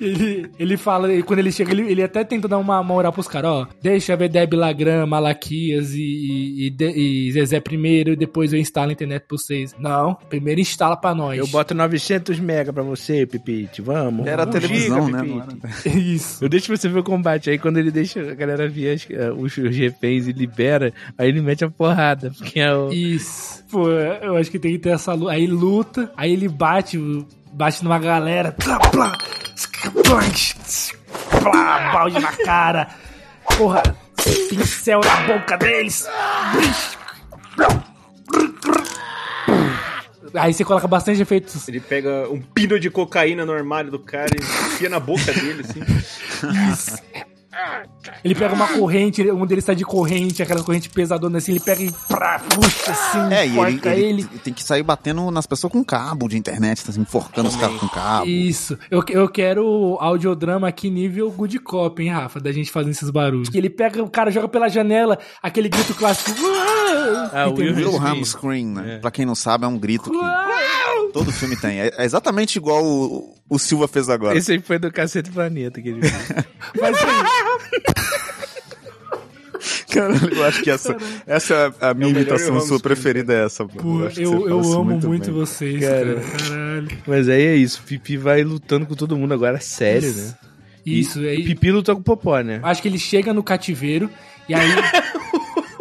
Ele, ele fala, e quando ele chega, ele, ele até tenta dar uma moral pros caras, ó. Deixa ver Deb Lagran, Malaquias e, e, e De- e Zezé primeiro, e depois eu instalo a internet pra vocês. Não, primeiro instala pra nós.
Eu boto 900 mega pra você, Pipite. Vamos.
Era a
Um
televisão,
giga,
né?
Pipite.
não era?
Isso.
Eu deixo você ver o combate. Aí quando ele deixa a galera vir as- eh, os, os reféns e libera, aí ele mete a porrada. Porque é o.
Isso. Pô, eu acho que tem que ter essa luta. Aí ele luta, aí ele bate, bate numa galera. Plá, plá, scaplunk, plá, balde na cara. Porra, pincel na boca deles. Aí você coloca bastante efeitos.
Ele pega um pino de cocaína no armário do cara e enfia na boca dele, assim.
Ele pega uma corrente, um deles tá de corrente, aquela corrente pesadona assim, ele pega e prá, puxa assim,
É, e ele,
enforca
ele t- tem que sair batendo nas pessoas com cabo de internet, tá se enforcando os caras com cabo.
Isso. Eu, eu quero audiodrama aqui nível good cop, hein, Rafa? Da gente fazendo esses barulhos. Que Ele pega, o cara joga pela janela, aquele grito clássico.
Ah, o Will
Entendeu?
Little
Scream.
Ram Scream, né? Pra quem não sabe, é um grito que todo filme tem. É é exatamente igual o, o Silva fez agora.
Esse aí foi do Cacete Planeta que ele fez.
Mas
é
aí,
Caralho, eu acho que essa, essa é a minha
melhor
imitação
Ram
sua
Scream.
preferida, é essa.
pô,
acho que
eu,
você
eu
faz isso
amo muito,
bem.
vocês, cara. Caralho.
Mas aí é isso. O Pipi vai lutando com todo mundo agora, sério, né?
Isso,
E
aí.
Pipi luta com o Popó, né?
Acho que ele chega no cativeiro e aí.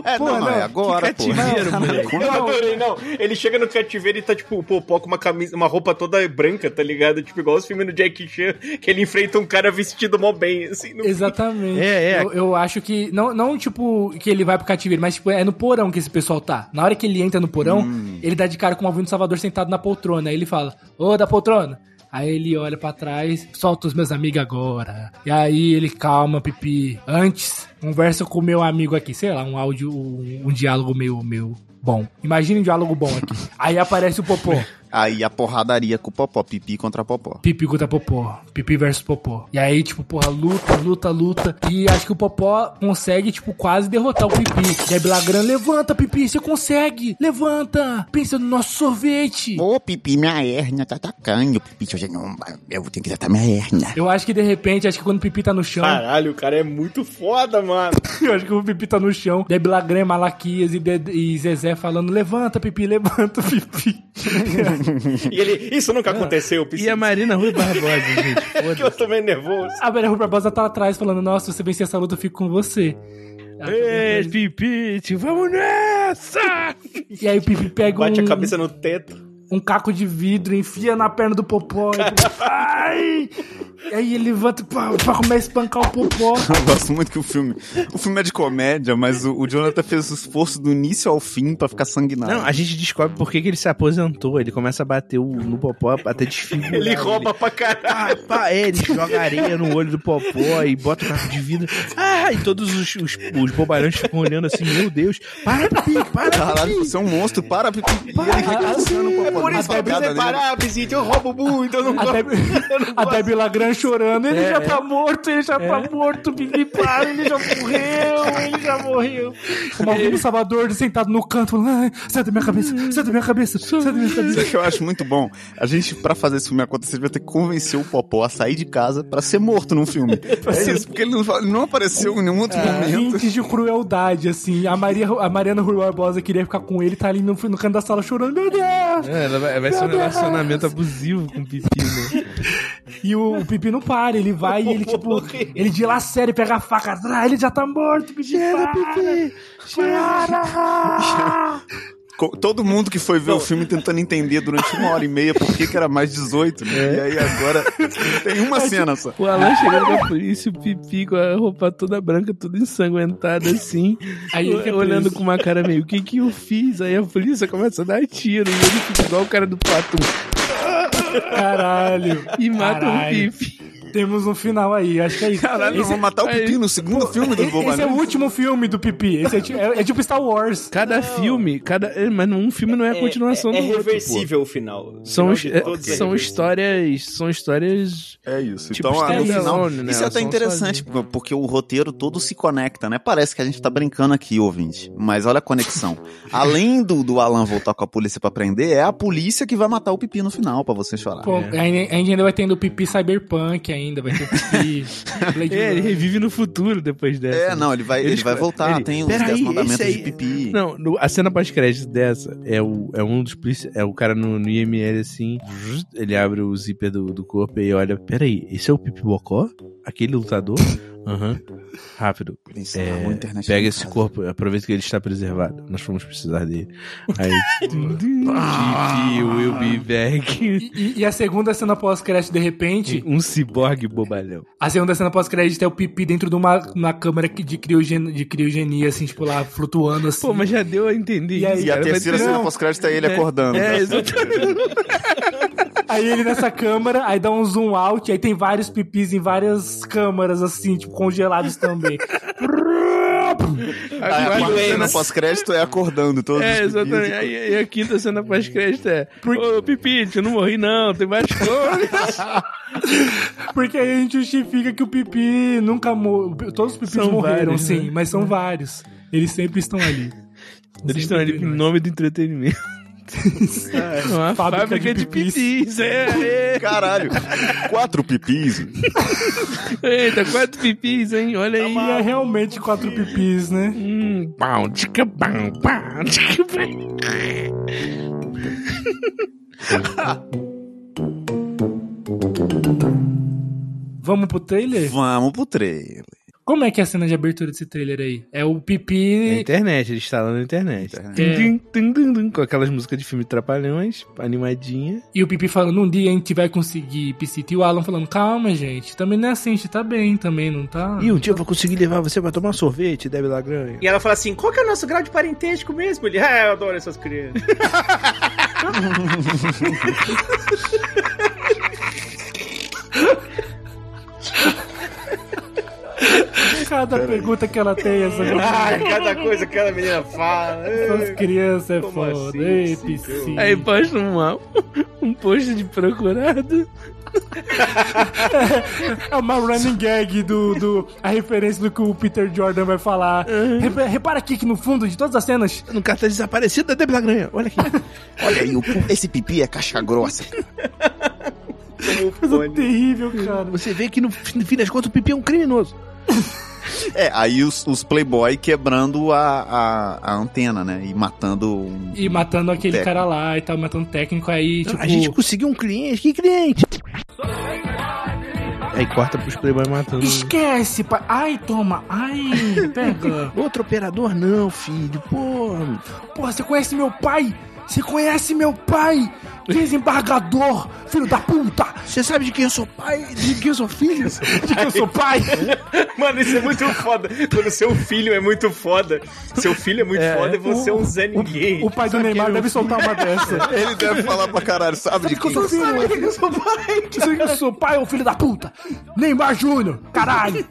É,
Pô,
não, não, é
não,
agora, pô.
cativeiro,
Não,
moleque.
Eu adorei, não. Ele chega no cativeiro e tá, tipo, o Popó com uma camisa, uma roupa toda branca, tá ligado? Tipo, igual os filmes do Jack Chan, que ele enfrenta um cara vestido mó bem, assim. No...
Exatamente.
É, é.
Eu, eu acho que. Não, não, tipo, que ele vai pro cativeiro, mas tipo, é no porão que esse pessoal tá. Na hora que ele entra no porão, ele dá de cara com o Alvino Salvador sentado na poltrona. Aí ele fala: Ô, da poltrona, Aí ele olha pra trás, solta os meus amigos agora. E aí ele calma, Pipi. Antes, conversa com o meu amigo aqui, sei lá, um áudio, um, um diálogo meu, meu. Bom, imagina um diálogo bom aqui. Aí aparece o Popô.
Aí a porradaria com o Popó, pipi contra Popó.
Pipi contra Popô. Pipi versus Popô. E aí, tipo, porra, luta, luta, luta. E acho que o Popó consegue, tipo, quase derrotar o Pipi. E aí Belagran, levanta, Pipi, você consegue! Levanta! Pensa no nosso sorvete!
Ô, pipi, minha hérnia tá atacando. Pipi, seu genoma, eu tenho que tratar minha hérnia.
Eu acho que de repente, acho que quando o Pipi tá no chão.
Caralho, o cara é muito foda, mano.
Eu acho que o Pipi tá no chão. Daí Belagran, Malaquias e, Ded- e Zezé falando: levanta, Pipi, levanta, Pipi.
E ele, isso nunca aconteceu,
E a Marina Rui Barbosa, gente.
que eu tô meio nervoso.
A Vera Rui Barbosa tá lá atrás falando: nossa, se você vencer essa luta, eu fico com você.
Ei, Pipite, vamos nessa!
E aí o Pipi pega
Bate
um,
a cabeça no teto.
um caco de vidro, enfia na perna do Popó. e- Ai! E aí ele levanta pra, pra começar a espancar o Popó.
Eu gosto muito que o filme. O filme é de comédia, mas o, o Jonathan fez o esforço do início ao fim pra ficar sanguinário.
Não, a gente descobre por que, que ele se aposentou. Ele começa a bater o, no popó até desfigurar.
Ele rouba pra caralho.
Pá, pá, é, ele joga areia no olho do popó e bota o caco de vidro. Ah, e todos os, os, os bobarões ficam olhando assim, meu Deus, para, pipi, para,
Caralho,
assim.
pipi.
você é um monstro, para, pipi. E ele recansando o Popó.
Por isso que
é
eu precisei parar, Bizito. Eu roubo muito, eu não
Até,
gosto. Eu não
até
gosto.
Bilagran chorando, ele já tá morto, ele já tá morto, Bibi para, ele já morreu, ele já morreu. O maluco do Salvador sentado no canto, falando, "Ai, senta minha cabeça, senta minha cabeça, senta minha cabeça.
Isso que eu acho muito bom. A gente, pra fazer esse filme acontecer, vai ter que convencer o Popó a sair de casa pra ser morto num filme. É isso, porque ele não, ele não apareceu em nenhum
É.
outro momento.
Gente de crueldade, assim. A, Maria, a Mariana Rui Barbosa queria ficar com ele, tá ali no, no canto da sala chorando, meu Deus!
É, ela vai, vai ser um relacionamento abusivo com o pipi, né?
E o, o Pipi não para, ele vai e ele, tipo, ele dilacera, ele pega a faca, ah, ele já tá morto, Pipi, para, para!
Co- Todo mundo que foi ver o filme tentando entender durante uma hora e meia por que, que era mais 18, né?
É.
E aí agora tem uma cena
tipo,
só.
O Alan chegando na polícia, o pipi com a roupa toda branca, toda ensanguentada assim.
Aí ele fica
olhando
preso.
com uma cara meio, o que que eu fiz? Aí a polícia começa a dar tiro e ele fica igual o cara do Platão
Caralho!
e mata
Caralho.
o pipi.
Temos um final aí, acho que é isso.
Caralho, eu
esse,
vou matar o Pipi no segundo filme do
esse- esse é o
Boba.
último filme do Pipi. Esse é, ti- é- é tipo Star Wars.
Cada filme, cada. é, Mas um filme não é a continuação
é, é
do outro. pô.
reversível o final. O
São,
final
his-
de
é,
todos é
são
reversível.
histórias. São histórias.
É isso.
Tipo
então, ah, no
Stanley
final,
Stallone, né?
isso é até
São
interessante, porque o roteiro todo se conecta, né? Parece que a gente tá brincando aqui, ouvinte. Mas olha a conexão. Além do, do Alan voltar com a polícia pra prender, é a polícia que vai matar o Pipi no final, pra você chorar.
Pô, ainda- A gente ainda vai tendo o Pipi Cyberpunk ainda, vai ter o Pipi Blade
É, ele
Runner.
revive no futuro depois dessa.
É,
né?
não, ele vai, ele,
Eles-
vai voltar,
ele-
tem os
Peraí,
10 mandamentos
esse
de
aí-
pipi.
Não, no- a cena pós-crédito dessa é, o, é um dos polici- É o cara no, no IML assim. zzz, Ele abre o zíper do, do corpo e olha. Peraí, esse é o Pipi Bocó? Aquele lutador? Aham. Rápido.
Isso,
É,
tá, a internet
pega
tá
esse
em casa.
corpo, aproveita que ele está preservado. Nós vamos precisar dele. Aí. Pipi will be back.
E, e- e a segunda cena pós-crédito, de repente,
Um ciborgue bobalhão.
a segunda cena pós-crédito é o Pipi dentro de uma, uma câmara de, criogen, de criogenia, assim, tipo lá, flutuando assim.
Pô, mas já deu a entender
E aí-
isso.
E a
cara. Vai
terceira
ter-
cena
Não.
pós-crédito é ele acordando.
É, exatamente.
Aí ele nessa câmera, aí dá um zoom out, aí tem vários pipis em várias câmaras, assim, tipo, congelados também.
Aí Ah, a
Agora
quarta
a
cena
cena-
pós-crédito é acordando todos os
né? É,
pipis.
exatamente. Aí, aí a quinta cena pós-crédito é. Ô, Pipite, eu não morri, não. Tem várias coisas.
Porque aí a gente justifica que o pipi nunca morreu. Todos os pipis
São
morreram,
vários,
sim,
né?
mas são vários. Eles sempre estão ali.
Eles estão ali em nome do entretenimento. É uma
Fábrica
fábrica,
de
de
pipis.
pipis. É, é.
Caralho, quatro pipis.
Eita, quatro pipis, hein? Olha aí.
E é realmente quatro pipis, né?
Hum, pau, tica, pau, pau, tica, pau.
Vamos pro
É.
trailer?
Vamos pro trailer.
Como é que é a cena de abertura desse trailer aí? É o pipi.
internet, ele instalando na internet.
É.
Tum, tum, tum, tum, com aquelas músicas de filme Trapalhões, animadinha.
E o Pipi falando, um dia a gente vai conseguir piscita. E o Alan falando, calma, gente. Também não é assim, a gente tá bem também, não tá?
E um dia eu vou conseguir levar você pra tomar um sorvete, Debbie Lagrange.
E ela fala assim: qual que é o nosso grau de parentesco mesmo? Ele, ah, eu adoro essas crianças.
Cada pergunta que ela tem, essa
Ah, cada coisa que aquela menina fala.
Essas crianças é
Como
foda.
assim,
Ei,
sim,
piscina.
Aí posta uma, um post de procurado.
É uma running gag do, do. A referência do que o Peter Jordan vai falar.
Uhum.
Repa- Repara aqui que no fundo de todas as cenas.
No cartaz desaparecido da Débora Granha. Olha aqui.
Olha aí, o- esse pipi é caixa grossa.
Coisa terrível, cara.
Você vê que no fim no fim das contas o Pipi é um criminoso.
É, aí os, os playboy quebrando a, a, a antena, né? E matando um...
E matando aquele
Técnico.
cara lá e tal, matando o técnico aí, tipo.
A gente conseguiu um cliente. Que cliente? Aí corta pros playboy matando.
Esquece, pai. Ai, toma. Ai, pega.
Outro operador não, filho. Porra.
Porra, você conhece meu pai? Você conhece meu pai? Desembargador, filho da puta!
Você sabe de quem eu sou pai? De quem eu sou filho?
De que eu sou pai?
Mano, isso é muito foda. Quando seu filho é muito foda. Seu filho é muito foda e você é um Zé Ninguém.
O pai do Neymar deve soltar uma dessa.
Ele deve falar pra caralho, sabe de
É Que eu sou
quem?
filho, que eu sou pai? Que eu sou pai, ô filho da puta! Neymar Júnior, caralho!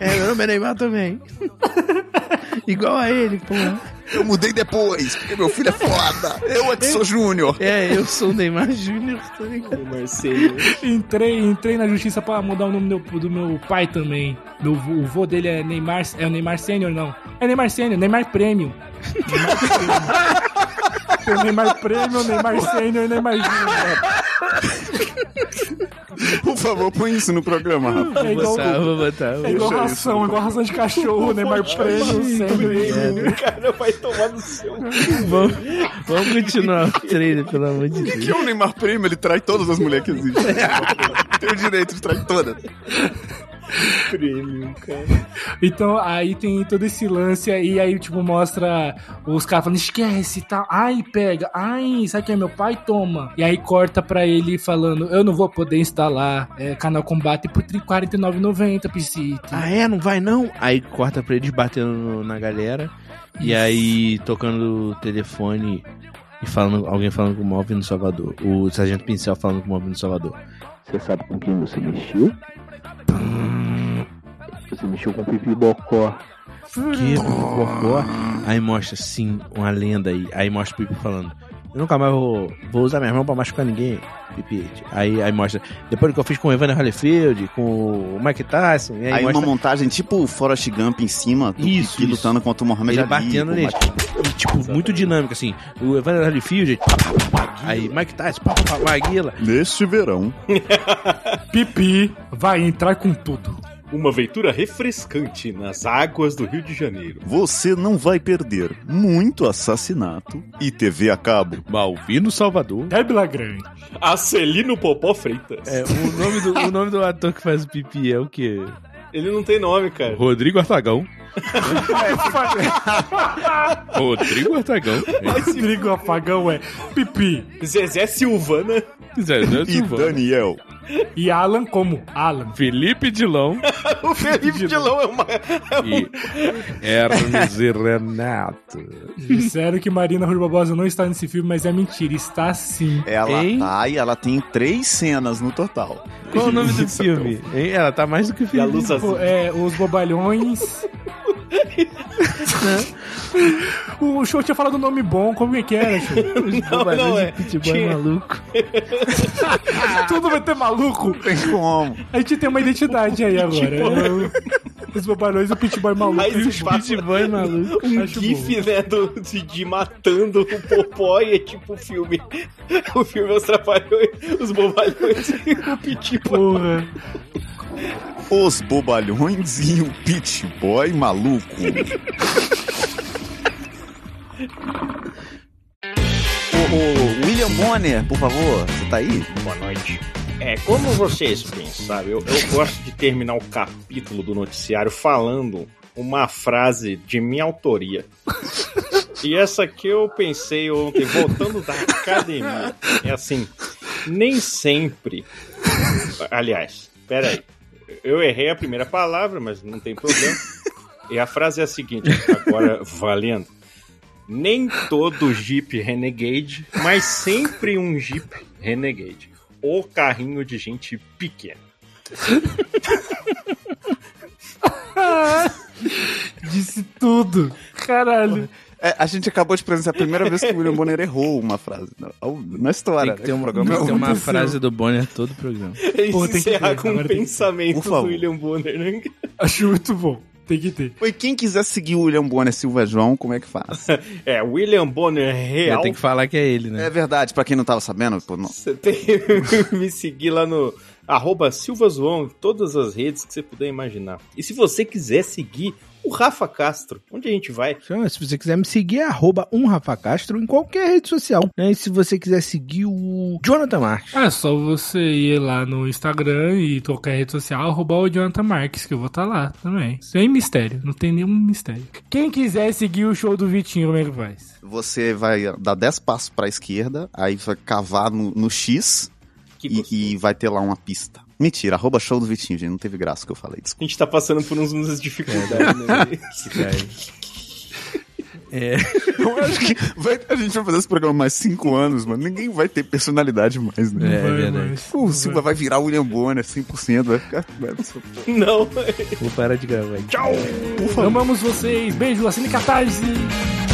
É, meu nome é Neymar também. Igual a ele, porra.
Eu mudei depois, porque meu filho é foda. Eu é que sou júnior.
É, eu sou o Neymar Júnior, tá ligado?
Marcelo.
Entrei, entrei na justiça pra mudar o nome do, do meu pai também. Meu, vô- o vô dele é Neymar. É o Neymar Sênior, não. É Neymar Sênior, Neymar Premium. Neymar Premium. Tem o Neymar Premium, Neymar Sênior e Neymar Júnior.
Por favor, põe isso no programa, Rafa.
É igual,
Tá, vou botar.
é igual
Deixa
ração, igual ração de cachorro, Neymar Premium, Sênior e Júnior.
cara vai tomar no seu.
Vamos, vamos continuar o trailer, pelo amor de Deus.
Que é o Neymar Prêmio, ele trai todas as mulheres que existem. Tem o direito de trair todas.
Então, aí tem todo esse lance aí, aí, tipo, mostra os caras falando, esquece e tal. Ai, pega. Ai, sabe quem é meu pai? Toma. E aí corta pra ele falando, eu não vou poder instalar é, Canal Combate por R$ 49,90, Piscita.
Ah, é? Não vai não? Aí corta pra eles batendo no- na galera. E aí tocando o telefone e falando, alguém falando com o Malvin no Salvador. O Sargento Pincel falando com o Malvin no Salvador.
Você sabe com quem você mexeu? Você mexeu com o Pipi Bocó.
Que cocô. Aí mostra, sim, uma lenda aí. Aí mostra o Pipi falando. Eu nunca mais vou, vou usar minha mão pra machucar ninguém, Pipi. Aí, aí mostra. Depois do que eu fiz com o Evander Holyfield, com o Mike Tyson. Aí,
Aí uma
mostra
montagem tipo o Forrest Gump em cima do
Isso, isso.
Pipi lutando contra o Mohamed
ele
Ali.
batendo
com
nele. E, tipo, muito dinâmico, assim. O Evander Holyfield, pá, pá, pá. aí Mike Tyson, pá, pá, pá, Maguila.
Neste verão.
Pipi vai entrar com tudo.
Uma aventura refrescante nas águas do Rio de Janeiro.
Você não vai perder muito assassinato e TV a cabo.
Malvino Salvador.
Deb Lagrange.
Acelino Popó Freitas.
É, o nome, do, o nome do ator que faz o pipi é o quê?
Ele não tem nome, cara.
Rodrigo Artagão. Rodrigo Artagão.
Rodrigo Afagão é Pipi.
Zezé Silvana.
Zezé
E Daniel.
E Alan como? Alan.
Felipe Dilon
O Felipe Dilão é uma.
e Hermes e Renato.
Disseram que Marina Rui Barbosa não está nesse filme, mas é mentira. Está sim.
Ela
Hein?
tá e ela tem três cenas no total.
Qual o nome do
Isso,
filme?
então.
Hein? Ela tá mais do que
E a
feliz.
luz
Pô,
azul.
é, os bobalhões. o show tinha falado um nome bom, como é que era, show?
Não, não é. Tinha-
maluco.
Tudo vai ter maluco.
Tem como.
A gente tem uma identidade aí agora. É, Os bobalhões e o pitboy maluco.
Aí
Acho
se passa
Pitboy maluco.
um
Acho
gif, né, do, de, de matando o Popó e é tipo o filme. O filme é os trapalhões, os bobalhões e o Pitbull.
Porra.
Os bobalhões e o pit boy maluco. Ô, ô, William Bonner, por favor, você tá aí?
Boa noite.
É, como vocês bem sabem, eu, eu gosto de terminar o capítulo do noticiário falando uma frase de minha autoria. E essa aqui eu pensei ontem, voltando da academia. É assim, nem sempre. Aliás, peraí. Eu errei a primeira palavra, mas não tem problema. E a frase é a seguinte, agora valendo. Nem todo Jeep Renegade, mas sempre um Jeep Renegade. O carrinho de gente pequena.
Disse tudo. Caralho.
É, a gente acabou de presenciar a primeira vez que o William Bonner errou uma frase. Na, na história.
Tem que ter,
né?
um,
O
tem que ter
é
uma
muito-
frase do Bonner todo o programa.
É
Pô,
isso,
tem que
encerrar
ver,
com
agora
um
tem que-
pensamento
Por
do
favor.
William Bonner, né?
Acho muito bom. Tem que ter.
Foi quem quiser seguir o William Bonner Silva João, como é que faz?
É, William Bonner
Eu
real.
tenho que falar que é ele, né?
É verdade, pra quem não tava sabendo, pô, não-
Você tem que me seguir lá no arroba silvazoão em todas as redes que você puder imaginar. E se você quiser seguir o Rafa Castro, onde a gente vai?
Então, se você quiser me seguir, é arroba um Rafa Castro em qualquer rede social. né? E se você quiser seguir o Jonathan Marques.
Ah, é só você ir lá no Instagram e qualquer rede social, roubar o Jonathan Marques, que eu vou estar lá também. Sem mistério, não tem nenhum mistério. Quem quiser seguir o show do Vitinho, como é que faz?
você vai dar 10 passos pra esquerda, aí vai cavar no, no X
Que gostoso.
e, e vai ter lá uma pista. Mentira, arroba show do Vitinho, gente. Não teve graça o que eu falei, desculpa.
A gente tá passando por uns-
É,
umas dificuldades, né?
Eu acho que vai- a gente vai fazer esse programa mais 5 anos, mano. Ninguém vai ter personalidade mais,
É,
né?
é verdade.
mais.
O Silva vai virar o William Bonner 100%, vai ficar... vai-
Não,
Vou parar de gravar.
Amamos vocês, beijo, assine catarse!